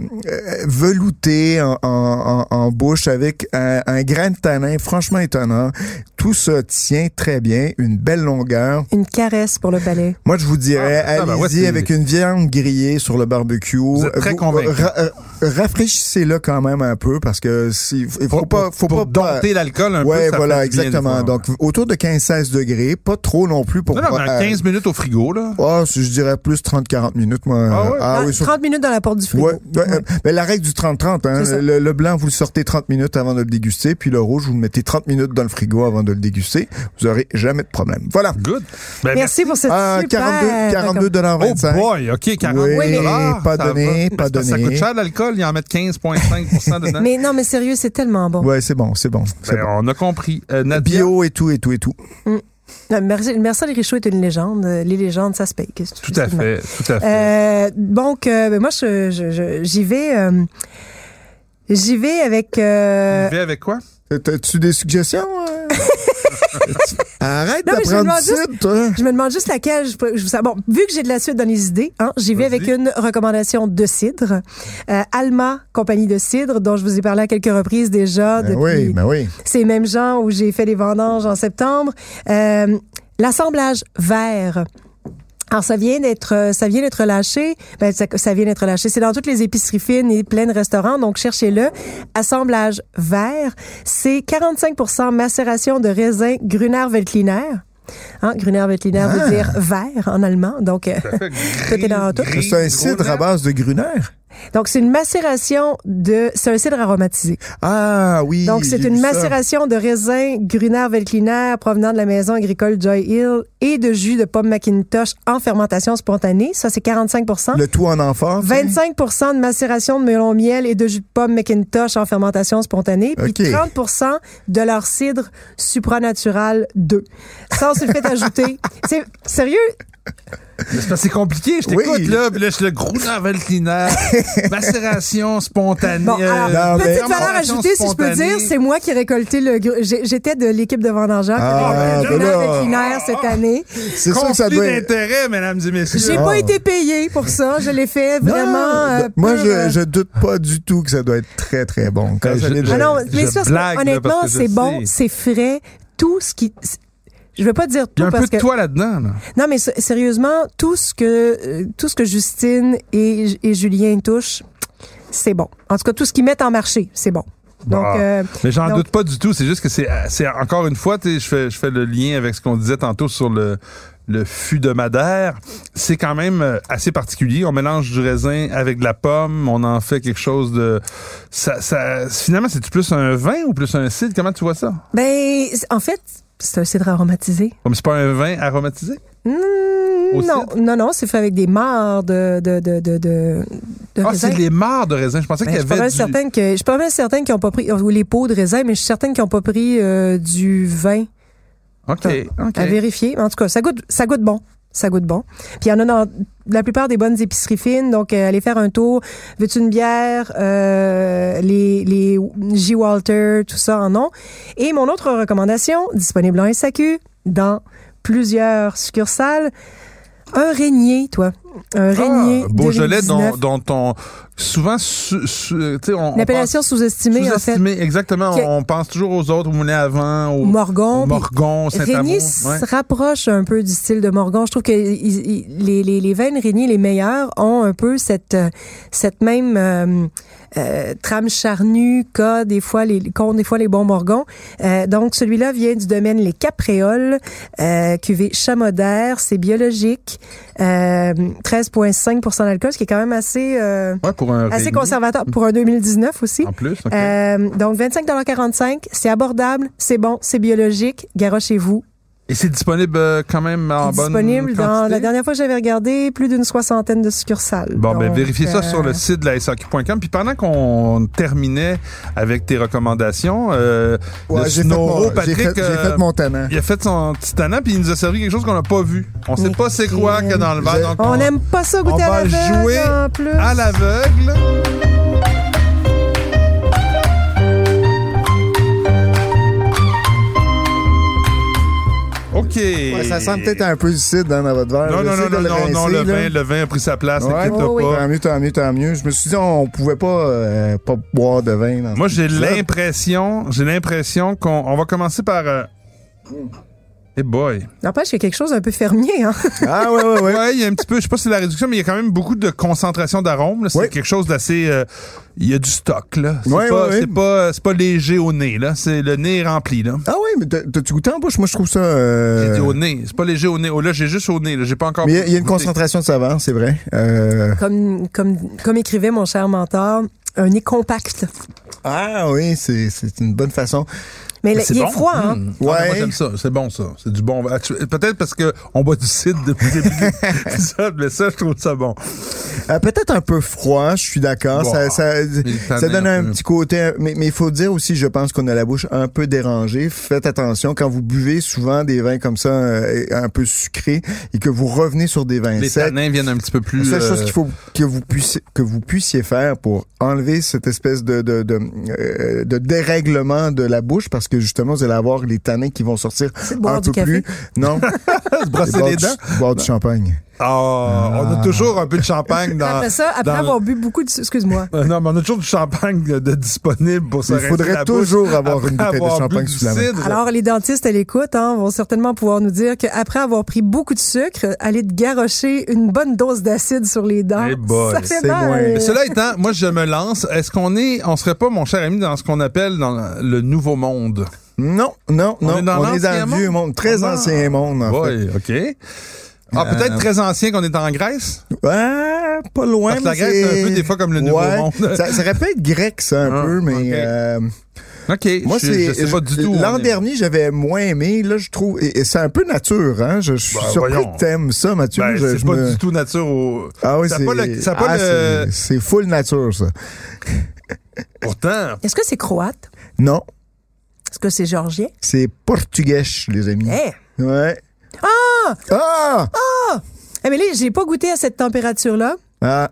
Speaker 4: veloutée en, en- en- en bouche avec un, un grain de tanin franchement étonnant. Tout ça tient très bien, une belle longueur.
Speaker 3: Une caresse pour le palais.
Speaker 4: Moi, je vous dirais,
Speaker 2: Ah, ah, bah ouais,
Speaker 4: allez-y
Speaker 2: c'est-
Speaker 4: avec une viande grillée sur le barbecue.
Speaker 2: êtes très
Speaker 4: Vous-
Speaker 2: convaincu.
Speaker 4: ra- euh, Rafraîchissez-le quand même un peu parce que si, il faut
Speaker 2: Pour-
Speaker 4: pas,
Speaker 2: pour-
Speaker 4: faut
Speaker 2: pour
Speaker 4: pas pas-
Speaker 2: dompter l'alcool un peu.
Speaker 4: ouais,
Speaker 2: ça
Speaker 4: voilà,
Speaker 2: fait du bien des
Speaker 4: exactement.
Speaker 2: fois.
Speaker 4: Donc, autour de 15-16 degrés, pas trop non plus pour.
Speaker 2: Non, non, mais à
Speaker 4: euh,
Speaker 2: 15 minutes au frigo, là.
Speaker 4: Ah, si je dirais plus 30-40 minutes, moi.
Speaker 2: Ah ouais?
Speaker 3: Ah,
Speaker 4: sur-
Speaker 3: 30 minutes dans la porte du frigo.
Speaker 4: Ouais, ouais, euh, mais la règle du 30-30, hein,
Speaker 3: C'est ça.
Speaker 4: le, le blanc, vous le sortez 30 minutes avant de le déguster, puis le rouge, vous le mettez 30 minutes dans le frigo avant de le déguster. Vous aurez jamais de problème. Voilà.
Speaker 2: Good. Ben,
Speaker 3: Merci pour cette
Speaker 4: Ah,
Speaker 3: super
Speaker 4: 42, 42 dollars
Speaker 2: Oh boy, OK, 40
Speaker 4: Oui,
Speaker 3: Oui, mais-
Speaker 4: pas donné,
Speaker 2: ça
Speaker 4: pas
Speaker 2: Parce que Ça
Speaker 4: donné.
Speaker 2: coûte cher l'alcool, ils en mettent 15,5 dedans.
Speaker 3: Mais non, mais sérieux, c'est tellement bon.
Speaker 4: Ouais, c'est bon, c'est bon. c'est
Speaker 2: Ben,
Speaker 4: bon.
Speaker 2: On a compris. Euh, Nadia,
Speaker 4: Bio et tout, et tout, et tout.
Speaker 3: Non, Merci, merci, les Richaud est une légende. Euh, Les légendes, ça se paye. qu'est-ce que tu
Speaker 2: tout
Speaker 3: veux,
Speaker 2: à
Speaker 3: c'est
Speaker 2: fait, tout à fait.
Speaker 3: Euh, donc, euh, ben moi, je- je- je- j'y vais. euh, j'y vais avec. euh,
Speaker 2: Tu fais avec quoi?
Speaker 4: T'as-tu des suggestions? euh? Arrête
Speaker 3: Non, mais je me
Speaker 4: d'apprendre
Speaker 3: demande
Speaker 4: du site, toi.
Speaker 3: je me demande juste laquelle. Je, pourrais- je vous sens- bon, vu que j'ai de la suite dans les idées, hein, j'y vais
Speaker 2: Vas-y.
Speaker 3: avec une recommandation de cidre. Euh, Alma, compagnie de cidre, dont je vous ai parlé à quelques reprises déjà.
Speaker 4: Ben
Speaker 3: depuis
Speaker 4: oui, ben oui.
Speaker 3: ces mêmes gens où j'ai fait les vendanges en septembre. Euh, L'assemblage vert. Alors ça vient d'être euh, ça vient d'être lâché, ben ça, ça vient d'être lâché. C'est dans toutes les épiceries fines et pleins de restaurants, donc cherchez-le. Assemblage vert, c'est 45% macération de raisin Gruner Veltliner. Hein, Gruner Veltliner veut dire vert en allemand, donc euh,
Speaker 2: Ça fait
Speaker 3: Tout est dans
Speaker 2: gris,
Speaker 3: tout.
Speaker 2: gris,
Speaker 4: C'est un
Speaker 2: gros
Speaker 4: cidre à
Speaker 2: lait.
Speaker 4: base de gruner.
Speaker 3: Donc, c'est une macération de... C'est un cidre aromatisé.
Speaker 4: Ah oui.
Speaker 3: Donc, c'est
Speaker 4: j'ai
Speaker 3: une
Speaker 4: vu ça.
Speaker 3: macération de raisins Gruner Veltliner provenant de la maison agricole Joy Hill et de jus de pomme Macintosh en fermentation spontanée. Ça, c'est 45
Speaker 4: Le tout en amphore. tu sais.
Speaker 3: 25 de macération de melon miel et de jus de pomme Macintosh en fermentation spontanée, puis
Speaker 4: OK.
Speaker 3: 30 de leur cidre supranatural 2. Sans sulfite ajouté. C'est sérieux,
Speaker 2: Mais C'est parce que c'est compliqué, je t'écoute,
Speaker 4: Oui.
Speaker 2: là, puis là, je le gros dans Valtina, macération spontanée.
Speaker 4: euh,
Speaker 3: Bon, alors,
Speaker 4: Non, mais-
Speaker 3: petite valeur
Speaker 2: fermentation
Speaker 3: ajoutée, si je peux
Speaker 2: spontanée.
Speaker 3: dire, c'est moi qui ai récolté le. gr- j'ai- J'étais de l'équipe de Vendangeant
Speaker 4: Ah,
Speaker 3: qui a récolté
Speaker 4: ben là.
Speaker 3: le vétérinaire cette année.
Speaker 4: C'est sûr que ça
Speaker 2: Conflit
Speaker 4: doit
Speaker 2: d'intérêt, mesdames et messieurs.
Speaker 3: J'ai
Speaker 4: Ah.
Speaker 3: pas été payée pour ça. Je l'ai fait
Speaker 4: Non,
Speaker 3: vraiment. euh,
Speaker 4: d- moi,
Speaker 3: pur, euh,
Speaker 4: je, je doute pas du tout que ça doit être très, très bon. Quand
Speaker 2: Ah,
Speaker 4: je
Speaker 2: je-
Speaker 4: l'ai
Speaker 2: je-
Speaker 3: Ah
Speaker 4: déjà-
Speaker 3: non, mais
Speaker 2: je
Speaker 3: ça, c'est-
Speaker 2: blague, là,
Speaker 3: honnêtement,
Speaker 2: parce que je
Speaker 3: c'est bon,
Speaker 2: sais.
Speaker 3: c'est frais. Tout ce qui. c'est- Je veux pas dire
Speaker 2: Il y a
Speaker 3: tout
Speaker 2: un peu
Speaker 3: parce
Speaker 2: de
Speaker 3: que
Speaker 2: toi là-dedans, là.
Speaker 3: non mais s- sérieusement tout ce que euh, tout ce que Justine et, et Julien touchent c'est bon en tout cas tout ce qu'ils mettent en marché c'est bon donc
Speaker 2: Bah.
Speaker 3: euh,
Speaker 2: Mais j'en
Speaker 3: donc-
Speaker 2: doute pas du tout. C'est juste que c'est, euh, c'est encore une fois, tu sais, je fais, je fais le lien avec ce qu'on disait tantôt sur le, le fût de Madère. C'est quand même euh, assez particulier. On mélange du raisin avec de la pomme. On en fait quelque chose de. Ça, ça, finalement, c'est-tu plus un vin ou plus un cidre? Comment tu vois ça?
Speaker 3: ben c'est- en fait c'est un cidre aromatisé
Speaker 2: Comme c'est pas un vin aromatisé?
Speaker 3: Hmm,
Speaker 2: Au
Speaker 3: non,
Speaker 2: cidre?
Speaker 3: non, non, c'est fait avec des mares de, de, de, de, de, de
Speaker 2: Ah,
Speaker 3: raisin.
Speaker 2: c'est les mares de raisin. Je pensais
Speaker 3: Ben,
Speaker 2: qu'il y
Speaker 3: je suis pas
Speaker 2: avait.
Speaker 3: mal
Speaker 2: Du...
Speaker 3: certaine que je suis pas mal certaine qu'ils ont pas pris ou les pots de raisin, mais je suis certaine qu'ils ont pas pris euh, du vin
Speaker 2: OK. OK.
Speaker 3: à vérifier. Mais En tout cas, ça goûte ça goûte bon. Ça goûte bon. Puis il y en a dans la plupart des bonnes épiceries fines. Donc, euh, allez faire un tour. Veux-tu une bière? Euh, les, les G. Walter, tout ça en ont. Et mon autre recommandation, disponible en SAQ, dans plusieurs succursales, un régnier, toi. Un régnier.
Speaker 2: Ah, Beaujolais,
Speaker 3: 2019.
Speaker 2: dont, dont on. Souvent, su- su- tu sais, on.
Speaker 3: Une
Speaker 2: on pense-
Speaker 3: appellation sous-estimée, en fait.
Speaker 2: Sous-estimé, exactement.
Speaker 3: Que-
Speaker 2: On pense toujours aux autres, au moulin avant, au, au
Speaker 3: Morgon. puis-
Speaker 2: Morgon, Saint-Amour.
Speaker 3: Régnier
Speaker 2: Ouais.
Speaker 3: se rapproche un peu du style de Morgan. Je trouve que il- il- les, les, les vins de Régnier, les meilleurs, ont un peu cette, euh, cette même euh, euh, trame charnue qu'a des fois les, qu'ont des fois les bons Morgons. Euh, donc, celui-là vient du domaine Les Capréoles, euh, cuvée Chamodaire. C'est biologique. Euh, 13,5 d'alcool, ce qui est quand même assez, euh,
Speaker 2: Ouais, pour un
Speaker 3: assez
Speaker 2: Régnier,
Speaker 3: conservateur pour un 2019 aussi.
Speaker 2: En plus, OK.
Speaker 3: Euh, donc 25,45 c'est abordable, c'est bon, c'est biologique. Garochez-vous.
Speaker 2: Et c'est disponible euh, quand même en bonne
Speaker 3: Disponible dans
Speaker 2: quantité?
Speaker 3: la dernière fois que j'avais regardé plus d'une soixantaine de succursales.
Speaker 2: Bon, ben,
Speaker 3: Donc,
Speaker 2: vérifiez ça
Speaker 3: euh,
Speaker 2: sur le site de la SAQ.com. Puis pendant qu'on terminait avec tes recommandations, euh,
Speaker 4: Ouais,
Speaker 2: le
Speaker 4: j'ai fait, mon-
Speaker 2: Snoro,
Speaker 4: j'ai
Speaker 2: Patrick,
Speaker 4: fait- j'ai
Speaker 2: euh,
Speaker 4: fait mon talent.
Speaker 2: il a fait son petit tannant, puis il nous a servi quelque chose qu'on n'a pas vu. On sait
Speaker 3: Mais
Speaker 2: pas c'est quoi
Speaker 3: crème.
Speaker 2: qu'il y a dans le verre.
Speaker 4: Je-
Speaker 2: donc
Speaker 3: On n'aime pas ça goûter
Speaker 2: on
Speaker 3: à
Speaker 2: va
Speaker 3: l'aveugle,
Speaker 2: jouer
Speaker 3: en plus.
Speaker 2: à l'aveugle. OK.
Speaker 4: Ouais, ça sent peut-être un peu du cidre dans votre verre.
Speaker 2: Non,
Speaker 4: Je
Speaker 2: non,
Speaker 4: sais
Speaker 2: non,
Speaker 4: de
Speaker 2: non,
Speaker 4: le
Speaker 2: non, non, le
Speaker 4: rincer, là.
Speaker 2: vin, le vin a pris sa place,
Speaker 4: Ouais.
Speaker 2: n'inquiète-toi
Speaker 3: Oh, oui.
Speaker 2: pas.
Speaker 4: Tant mieux, tant mieux, tant mieux. Je me suis dit, on pouvait pas, euh, pas boire de vin. Dans
Speaker 2: Moi,
Speaker 4: ce
Speaker 2: j'ai
Speaker 4: épisode.
Speaker 2: l'impression, j'ai l'impression qu'on on va commencer par... euh, Eh boy.
Speaker 3: N'empêche qu'il y a quelque chose un peu fermier. Hein?
Speaker 4: Ah, ouais, ouais, ouais.
Speaker 2: Ouais, il y a un petit peu, je sais pas si c'est la réduction, mais il y a quand même beaucoup de concentration d'arômes. là. C'est
Speaker 4: Ouais.
Speaker 2: quelque chose d'assez, euh, il y a du stock là. C'est
Speaker 4: Ouais,
Speaker 2: pas,
Speaker 4: ouais, ouais.
Speaker 2: c'est pas, c'est pas léger au nez là. C'est le nez est rempli là.
Speaker 4: Ah, ouais, mais t'as- t'as-tu goûté en bouche? Moi, je trouve ça. euh,
Speaker 2: J'ai dit au nez. C'est pas léger au nez. Oh, là, j'ai juste au nez. Là, j'ai pas encore.
Speaker 4: Mais il y a- il y, a une
Speaker 2: goûté.
Speaker 4: concentration de saveur, c'est vrai. Euh,
Speaker 3: comme, comme, comme écrivait mon cher mentor, un nez compact.
Speaker 4: Ah, oui, c'est c'est une bonne façon.
Speaker 3: Mais là,
Speaker 2: Ben, C'est
Speaker 3: il
Speaker 2: bon.
Speaker 3: est froid. Hein?
Speaker 2: Mmh. Ah, mais moi,
Speaker 4: Ouais.
Speaker 2: j'aime ça. C'est bon, ça. C'est du bon. vin. Actu- Peut-être parce que on boit du cidre depuis le début de l'épisode, mais ça, je trouve ça bon.
Speaker 4: Euh, Peut-être un peu froid, je suis d'accord.
Speaker 2: Bon, ah,
Speaker 4: ça, ça,
Speaker 2: le tanin
Speaker 4: ça donne
Speaker 2: un
Speaker 4: un
Speaker 2: peu.
Speaker 4: petit côté. Mais il faut dire aussi, je pense qu'on a la bouche un peu dérangée. Faites attention quand vous buvez souvent des vins comme ça, euh, un peu sucrés, et que vous revenez sur des vins
Speaker 2: Les
Speaker 4: secs.
Speaker 2: tanins viennent un petit peu
Speaker 4: La
Speaker 2: plus.
Speaker 4: seule chose
Speaker 2: euh,
Speaker 4: qu'il faut que vous puissiez que vous puissiez faire pour enlever cette espèce de de, de, euh, de dérèglement de la bouche parce que justement vous allez avoir les tanins qui vont sortir
Speaker 3: de boire
Speaker 4: un
Speaker 3: du
Speaker 4: peu
Speaker 3: café.
Speaker 4: plus non
Speaker 2: se brosser
Speaker 4: boire
Speaker 2: les
Speaker 4: du-
Speaker 2: dents.
Speaker 4: boire du champagne
Speaker 2: Ah, on a toujours un peu de champagne dans.
Speaker 3: Après ça, après
Speaker 2: dans-
Speaker 3: avoir bu beaucoup de... Excuse-moi.
Speaker 2: Euh, Non, mais on a toujours du champagne euh, de disponible pour se
Speaker 4: il
Speaker 2: rincer la
Speaker 4: faudrait
Speaker 2: bouche
Speaker 4: toujours avoir
Speaker 2: après
Speaker 4: une bouteille de
Speaker 2: avoir bu
Speaker 4: champagne
Speaker 2: du
Speaker 4: sous la main
Speaker 2: cidre.
Speaker 3: Alors, les dentistes à l'écoute hein, vont certainement pouvoir nous dire qu'après avoir pris beaucoup de sucre, aller te garrocher une bonne dose d'acide sur les dents,
Speaker 2: Eh boy,
Speaker 3: ça fait
Speaker 4: c'est
Speaker 3: mal.
Speaker 4: moins.
Speaker 2: Mais Cela étant, moi je me lance. Est-ce qu'on est, on serait pas, mon cher ami, dans ce qu'on appelle dans le nouveau monde
Speaker 4: non non
Speaker 2: On
Speaker 4: non
Speaker 2: est dans
Speaker 4: on est
Speaker 2: l'ancien
Speaker 4: dans le vieux monde très
Speaker 2: Ah.
Speaker 4: ancien monde en fait.
Speaker 2: Euh, Oui, ok. Ah, peut-être très ancien qu'on est en Grèce.
Speaker 4: Ah, Ah, pas loin.
Speaker 2: Parce que la
Speaker 4: mais
Speaker 2: Grèce, c'est un peu des fois comme le Nouveau
Speaker 4: Ouais.
Speaker 2: Monde.
Speaker 4: ça, ça répète grec, ça, un
Speaker 2: Ah,
Speaker 4: peu, mais...
Speaker 2: ok.
Speaker 4: euh,
Speaker 2: OK.
Speaker 4: Moi,
Speaker 2: je,
Speaker 4: c'est
Speaker 2: je sais pas du tout. hein, où on
Speaker 4: L'an
Speaker 2: est.
Speaker 4: dernier, j'avais moins aimé. Là, je trouve, et, et c'est un peu nature. Hein? Je, je suis
Speaker 2: Ben,
Speaker 4: surpris
Speaker 2: voyons.
Speaker 4: que t'aimes ça, Mathieu.
Speaker 2: Ben,
Speaker 4: Je-
Speaker 2: c'est
Speaker 4: je
Speaker 2: pas
Speaker 4: me-
Speaker 2: du tout nature au.
Speaker 4: Ah oui,
Speaker 2: Ça a
Speaker 4: c'est
Speaker 2: pas le- ça a pas
Speaker 4: ah,
Speaker 2: le-
Speaker 4: c'est- c'est full nature ça.
Speaker 2: Pourtant,
Speaker 3: Est-ce que c'est croate?
Speaker 4: Non,
Speaker 3: Est-ce que c'est géorgien?
Speaker 4: c'est portugais, les amis.
Speaker 3: Eh!
Speaker 4: Ouais. Ah ah
Speaker 3: Eh, mais là, j'ai pas goûté à cette température-là.
Speaker 4: ah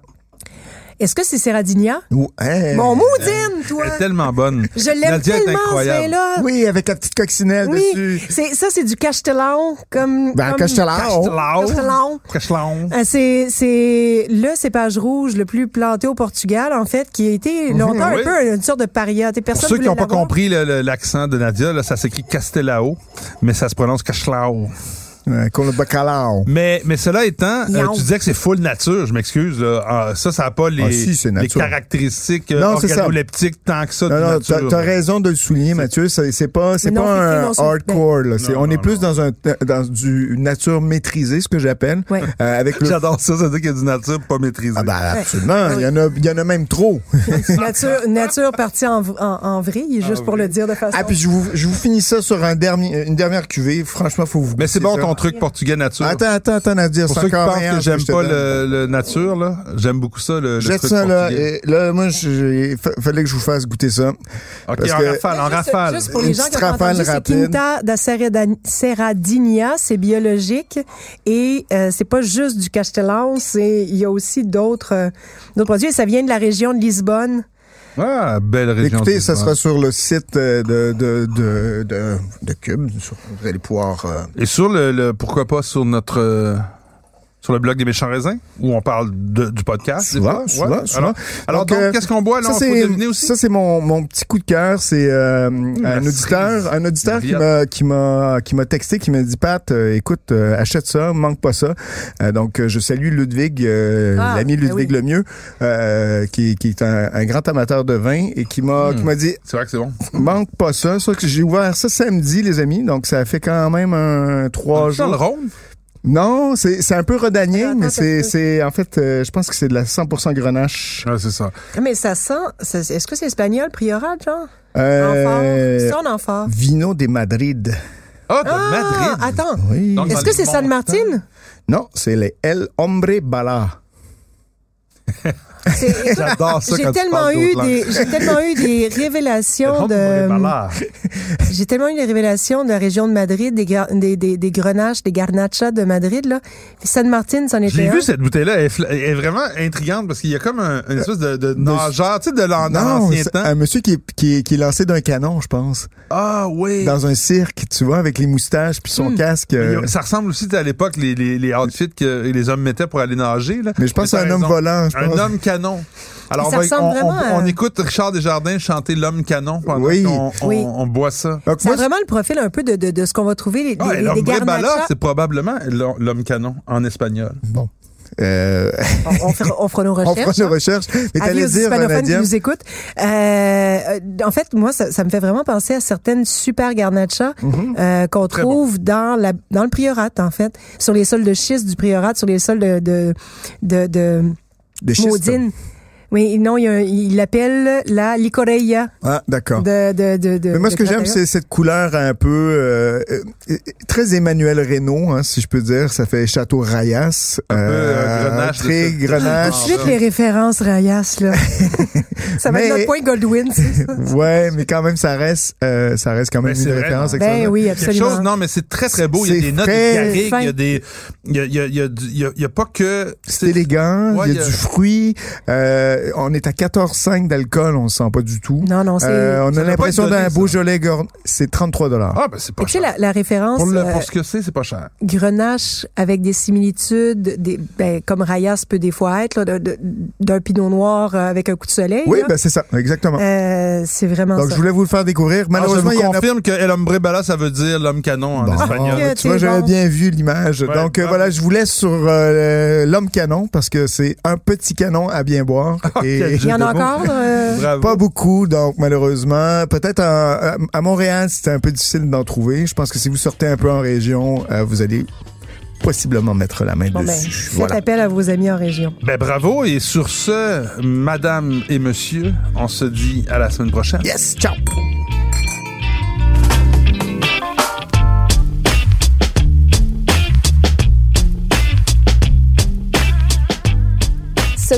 Speaker 3: Est-ce que c'est Serradinia?
Speaker 4: Ou- hein.
Speaker 3: Mon Maudine, toi!
Speaker 2: Eh, elle est tellement bonne.
Speaker 3: Je l'aime
Speaker 2: Nadia est
Speaker 3: tellement, ce
Speaker 2: incroyable.
Speaker 3: vin-là!
Speaker 4: Oui, avec la petite coccinelle
Speaker 3: Oui,
Speaker 4: dessus.
Speaker 3: c'est ça, c'est du castellan comme.
Speaker 4: Ben,
Speaker 3: comme-
Speaker 4: cochinelle.
Speaker 2: Cachelon.
Speaker 3: Cachelon.
Speaker 2: Cachelon.
Speaker 3: Ah, C'est, c'est le cépage rouge le plus planté au Portugal, en fait, qui a été longtemps
Speaker 2: Mhm, oui.
Speaker 3: un peu une sorte de paria. T'sais,
Speaker 2: Pour
Speaker 3: Personne
Speaker 2: ceux qui n'ont
Speaker 3: voulait
Speaker 2: pas
Speaker 3: l'avoir.
Speaker 2: compris le- le- l'accent de Nadia, là, ça s'écrit Castellao, mais ça se prononce Cachelao.
Speaker 4: Euh, Qu'on le bacalao.
Speaker 2: Mais, mais cela étant, euh,
Speaker 3: Miaou.
Speaker 2: tu disais que c'est full nature, je m'excuse. là. Ah, ça, ça n'a pas les,
Speaker 4: Ah, si, c'est
Speaker 2: les
Speaker 4: nature.
Speaker 2: caractéristiques euh,
Speaker 4: Non, c'est ça.
Speaker 2: organoleptiques tant que ça de
Speaker 4: Non, non,
Speaker 2: nature.
Speaker 4: t'as t'as raison de le souligner, Mathieu. C'est c'est pas, c'est
Speaker 3: Non,
Speaker 4: pas
Speaker 3: c'est-
Speaker 4: un
Speaker 3: non, c'est-
Speaker 4: hardcore. Là. C'est-
Speaker 2: Non,
Speaker 4: on
Speaker 2: non,
Speaker 4: est plus dans un dans du une nature maîtrisée, ce que j'appelle,
Speaker 3: Ouais.
Speaker 4: euh, avec le
Speaker 2: J'adore ça, ça veut dire qu'il y a du nature pas maîtrisée.
Speaker 4: Ah ben, absolument. Il y, en a, il y en a même trop.
Speaker 3: Nature, nature partie en, v- en, en vrille, juste pour le dire de façon.
Speaker 4: ah, puis je vous, je vous finis ça sur un dernier, une dernière cuvée. Franchement, faut vous.
Speaker 2: mais c'est bon
Speaker 4: goûter ça.
Speaker 2: ton truc portugais nature.
Speaker 4: Attends, attends, attends, Nadir.
Speaker 2: Pour
Speaker 4: c'est
Speaker 2: ceux qui
Speaker 4: encore
Speaker 2: pensent
Speaker 4: rien
Speaker 2: que j'aime
Speaker 4: je te
Speaker 2: pas
Speaker 4: donne.
Speaker 2: le, le nature, là, j'aime beaucoup ça, le, le
Speaker 4: Jette
Speaker 2: truc
Speaker 4: ça, là.
Speaker 2: portugais.
Speaker 4: Et là, moi, j'ai- fa- fallait que je vous fasse goûter ça.
Speaker 2: OK,
Speaker 4: parce
Speaker 2: en
Speaker 4: que-
Speaker 2: rafale, en
Speaker 3: Juste-
Speaker 2: rafale.
Speaker 3: Juste pour
Speaker 4: Une
Speaker 3: les gens qui
Speaker 4: petite
Speaker 3: ont pas
Speaker 4: rafale
Speaker 3: entendu, c'est
Speaker 4: rapide.
Speaker 3: Quinta da Serrada- Serradinia, c'est biologique et euh, c'est pas juste du castellan, c'est il y a aussi d'autres euh, d'autres produits et ça vient de la région de Lisbonne.
Speaker 2: Ah, belle région.
Speaker 4: Écoutez,
Speaker 2: du
Speaker 4: ça
Speaker 2: Nord.
Speaker 4: sera sur le site euh, de, de, de, de, de Cube. Sur- Vous allez pouvoir. euh,
Speaker 2: Et sur le, le- pourquoi pas sur notre euh, sur le blog des méchants raisins où on parle de- du podcast. des fois.
Speaker 4: Souvent, souvent,
Speaker 2: Ouais.
Speaker 4: souvent.
Speaker 2: Alors, alors donc,
Speaker 4: euh,
Speaker 2: qu'est-ce qu'on boit là
Speaker 4: ça,
Speaker 2: On
Speaker 4: c'est-
Speaker 2: peut deviner aussi. Mmh,
Speaker 4: Ça, c'est mon, mon petit coup de cœur. C'est euh,
Speaker 2: la
Speaker 4: un auditeur,
Speaker 2: cerise.
Speaker 4: un auditeur qui
Speaker 2: Riotte.
Speaker 4: m'a qui m'a qui m'a texté, qui m'a dit Pat, euh, écoute, euh, achète ça, manque pas ça. Euh, donc, euh, je salue Ludwig, euh,
Speaker 3: Ah,
Speaker 4: l'ami
Speaker 3: ben
Speaker 4: Ludwig
Speaker 3: oui.
Speaker 4: Lemieux, euh, qui, qui est un, un grand amateur de vin et qui m'a
Speaker 2: Mmh.
Speaker 4: qui m'a dit
Speaker 2: c'est vrai que c'est bon.
Speaker 4: manque pas ça. Ça que j'ai ouvert ça samedi, les amis. Donc, ça fait quand même un trois
Speaker 2: Dans Ah, le
Speaker 4: jours.
Speaker 2: Rhône,
Speaker 4: Non, c'est c'est un peu rodanien,
Speaker 3: Attends,
Speaker 4: mais
Speaker 3: attends,
Speaker 4: c'est
Speaker 3: attends.
Speaker 4: c'est en fait, euh, je pense que c'est de la 100% grenache.
Speaker 2: ah, c'est ça.
Speaker 3: Mais ça sent, ça- est-ce que c'est espagnol, priorat, genre?
Speaker 4: Euh,
Speaker 3: Enfort. Ça, on en fort.
Speaker 4: Vino de Madrid.
Speaker 2: Ah, de
Speaker 3: Ah,
Speaker 2: Madrid.
Speaker 3: attends.
Speaker 4: Oui.
Speaker 2: Donc,
Speaker 3: Est-ce que c'est
Speaker 2: Bon.
Speaker 3: San Martin?
Speaker 4: Non, c'est les El Hombre Bala.
Speaker 3: C'est- écoute,
Speaker 2: J'adore ça
Speaker 3: J'ai
Speaker 2: quand tu
Speaker 3: tellement
Speaker 2: parles
Speaker 3: eu
Speaker 2: d'autres
Speaker 3: des, j'ai tellement eu des révélations de, j'ai tellement eu des révélations de la région de Madrid, des, gar- des, des, des grenaches, des garnachas de Madrid, là. Puis San Martin, c'en
Speaker 2: Je
Speaker 3: était
Speaker 2: l'ai
Speaker 3: un.
Speaker 2: vu cette bouteille là, elle, est fla- elle est vraiment intrigante parce qu'il y a comme un- une espèce de, de nageur, tu sais, de l'an- Ah, dans l'ancien
Speaker 4: c'est
Speaker 2: temps.
Speaker 4: un monsieur qui est, qui est- qui est lancé d'un canon, je pense.
Speaker 2: Ah oui.
Speaker 4: Dans un cirque, tu vois, avec les moustaches puis
Speaker 3: Hmm.
Speaker 4: son casque.
Speaker 2: Il y
Speaker 4: euh,
Speaker 2: a- Ça ressemble aussi tu sais, à l'époque les, les, les outfits que les hommes mettaient pour aller nager. Là.
Speaker 4: Mais je pense que c'est
Speaker 2: t'as
Speaker 4: un homme
Speaker 2: raison.
Speaker 4: volant, je
Speaker 2: un
Speaker 4: pense.
Speaker 2: homme canon. Alors on, va-
Speaker 3: Ça ressemble
Speaker 2: on- on-
Speaker 3: vraiment à-
Speaker 2: on écoute Richard Desjardins chanter l'homme canon pendant
Speaker 4: Oui.
Speaker 2: qu'on on,
Speaker 3: Oui.
Speaker 2: on boit ça.
Speaker 4: Donc,
Speaker 3: Ça
Speaker 4: moi,
Speaker 3: a vraiment le profil un peu de, de, de ce qu'on va trouver, les,
Speaker 2: Ah,
Speaker 3: les-
Speaker 2: et l'homme
Speaker 3: des
Speaker 2: Bala,
Speaker 3: garnachas.
Speaker 2: c'est probablement l'hom- l'homme canon en espagnol.
Speaker 4: bon. Euh,
Speaker 3: On, on fera, on fera nos
Speaker 4: on
Speaker 3: recherches.
Speaker 4: fera nos recherches. Mais
Speaker 3: Avis
Speaker 4: t'allais
Speaker 3: aux
Speaker 4: dire,
Speaker 3: hispanophones qui
Speaker 4: Nadia.
Speaker 3: nous écoutent. Euh, euh, en fait, moi, ça, ça me fait vraiment penser à certaines super garnachas euh, qu'on
Speaker 2: bon.
Speaker 3: trouve dans la dans le priorat, en fait, sur les sols de schiste du priorat, sur les sols de de de, de
Speaker 4: De schiste.
Speaker 3: Maudine. Oui, non, il y a un- il l'appelle la licoreia
Speaker 4: Ah, d'accord.
Speaker 3: de de de. de
Speaker 4: Mais moi, ce
Speaker 3: de
Speaker 4: que j'aime,
Speaker 3: Granada.
Speaker 4: c'est cette couleur un peu euh, euh, euh, très Emmanuel Reynaud, hein, si je peux dire. Ça fait Château Rayas.
Speaker 2: Un peu, euh, grenache de
Speaker 4: Très
Speaker 2: ce-
Speaker 3: Tout
Speaker 4: grenache.
Speaker 3: de suite les références Rayas là. ça va
Speaker 4: Mais-
Speaker 3: être notre point Goldwyn. c'est ça?
Speaker 4: Ouais, mais quand même, ça reste, euh, ça reste quand même
Speaker 2: Ben,
Speaker 4: une
Speaker 2: c'est vrai,
Speaker 4: référence
Speaker 2: hein.
Speaker 3: Ben
Speaker 4: excellente.
Speaker 3: oui,
Speaker 2: Quelque
Speaker 3: absolument.
Speaker 2: chose, non, mais c'est très très beau. Il y a
Speaker 4: C'est
Speaker 2: des notes
Speaker 4: frais.
Speaker 2: de garrigue, il y
Speaker 3: Fin.
Speaker 2: a des, il y a, il y a, il y a du- il y a- il y a pas que
Speaker 4: C'est élégant,
Speaker 2: Ouais,
Speaker 4: il
Speaker 2: il y
Speaker 4: y a
Speaker 2: a-
Speaker 4: du fruit. euh, on est à 14,5 d'alcool, on ne sent pas du tout.
Speaker 3: Non, non, c'est-
Speaker 4: Euh, on
Speaker 2: Ça
Speaker 4: a
Speaker 2: doit
Speaker 4: l'impression
Speaker 2: pas être donné,
Speaker 4: d'un
Speaker 2: ça.
Speaker 4: Beaujolais Gorn. C'est 33 dollars.
Speaker 2: Ah ben c'est pas
Speaker 3: Et tu sais,
Speaker 2: cher.
Speaker 3: la, la référence
Speaker 2: Pour, le-
Speaker 3: euh,
Speaker 2: pour ce que c'est, c'est pas cher.
Speaker 3: grenache avec des similitudes, des, ben, comme Rayas peut des fois être, là, de- de- d'un pinot noir euh, avec un coup de soleil.
Speaker 4: oui,
Speaker 3: là.
Speaker 4: ben c'est ça, exactement.
Speaker 3: Euh, c'est vraiment
Speaker 4: Donc,
Speaker 3: ça.
Speaker 4: je voulais vous le faire découvrir.
Speaker 2: Alors, Ah, je
Speaker 4: Malheureusement,
Speaker 2: vous
Speaker 4: il y en a
Speaker 2: confirme que El Hombre Bala, ça veut dire l'homme canon en
Speaker 4: Bon,
Speaker 2: espagnol.
Speaker 3: Que
Speaker 4: tu vois,
Speaker 3: t'es
Speaker 4: j'avais
Speaker 3: bon.
Speaker 4: bien vu l'image.
Speaker 2: Ouais,
Speaker 4: Donc, euh,
Speaker 2: ouais.
Speaker 4: voilà, je vous laisse sur euh, l'homme canon parce que c'est un petit canon à bien boire. et
Speaker 3: Il y en a
Speaker 2: de mots.
Speaker 3: encore? euh,
Speaker 2: Bravo.
Speaker 4: pas beaucoup, donc malheureusement. Peut-être en- à, à Montréal, c'était un peu difficile d'en trouver. Je pense que si vous sortez un peu en région, euh, vous euh, allez possiblement mettre la main
Speaker 3: Bon, ben,
Speaker 4: dessus.
Speaker 3: faites appel à vos amis en région.
Speaker 2: Ben bravo et sur ce, madame et monsieur, on se dit à la semaine prochaine.
Speaker 4: Yes, ciao.
Speaker 5: Ce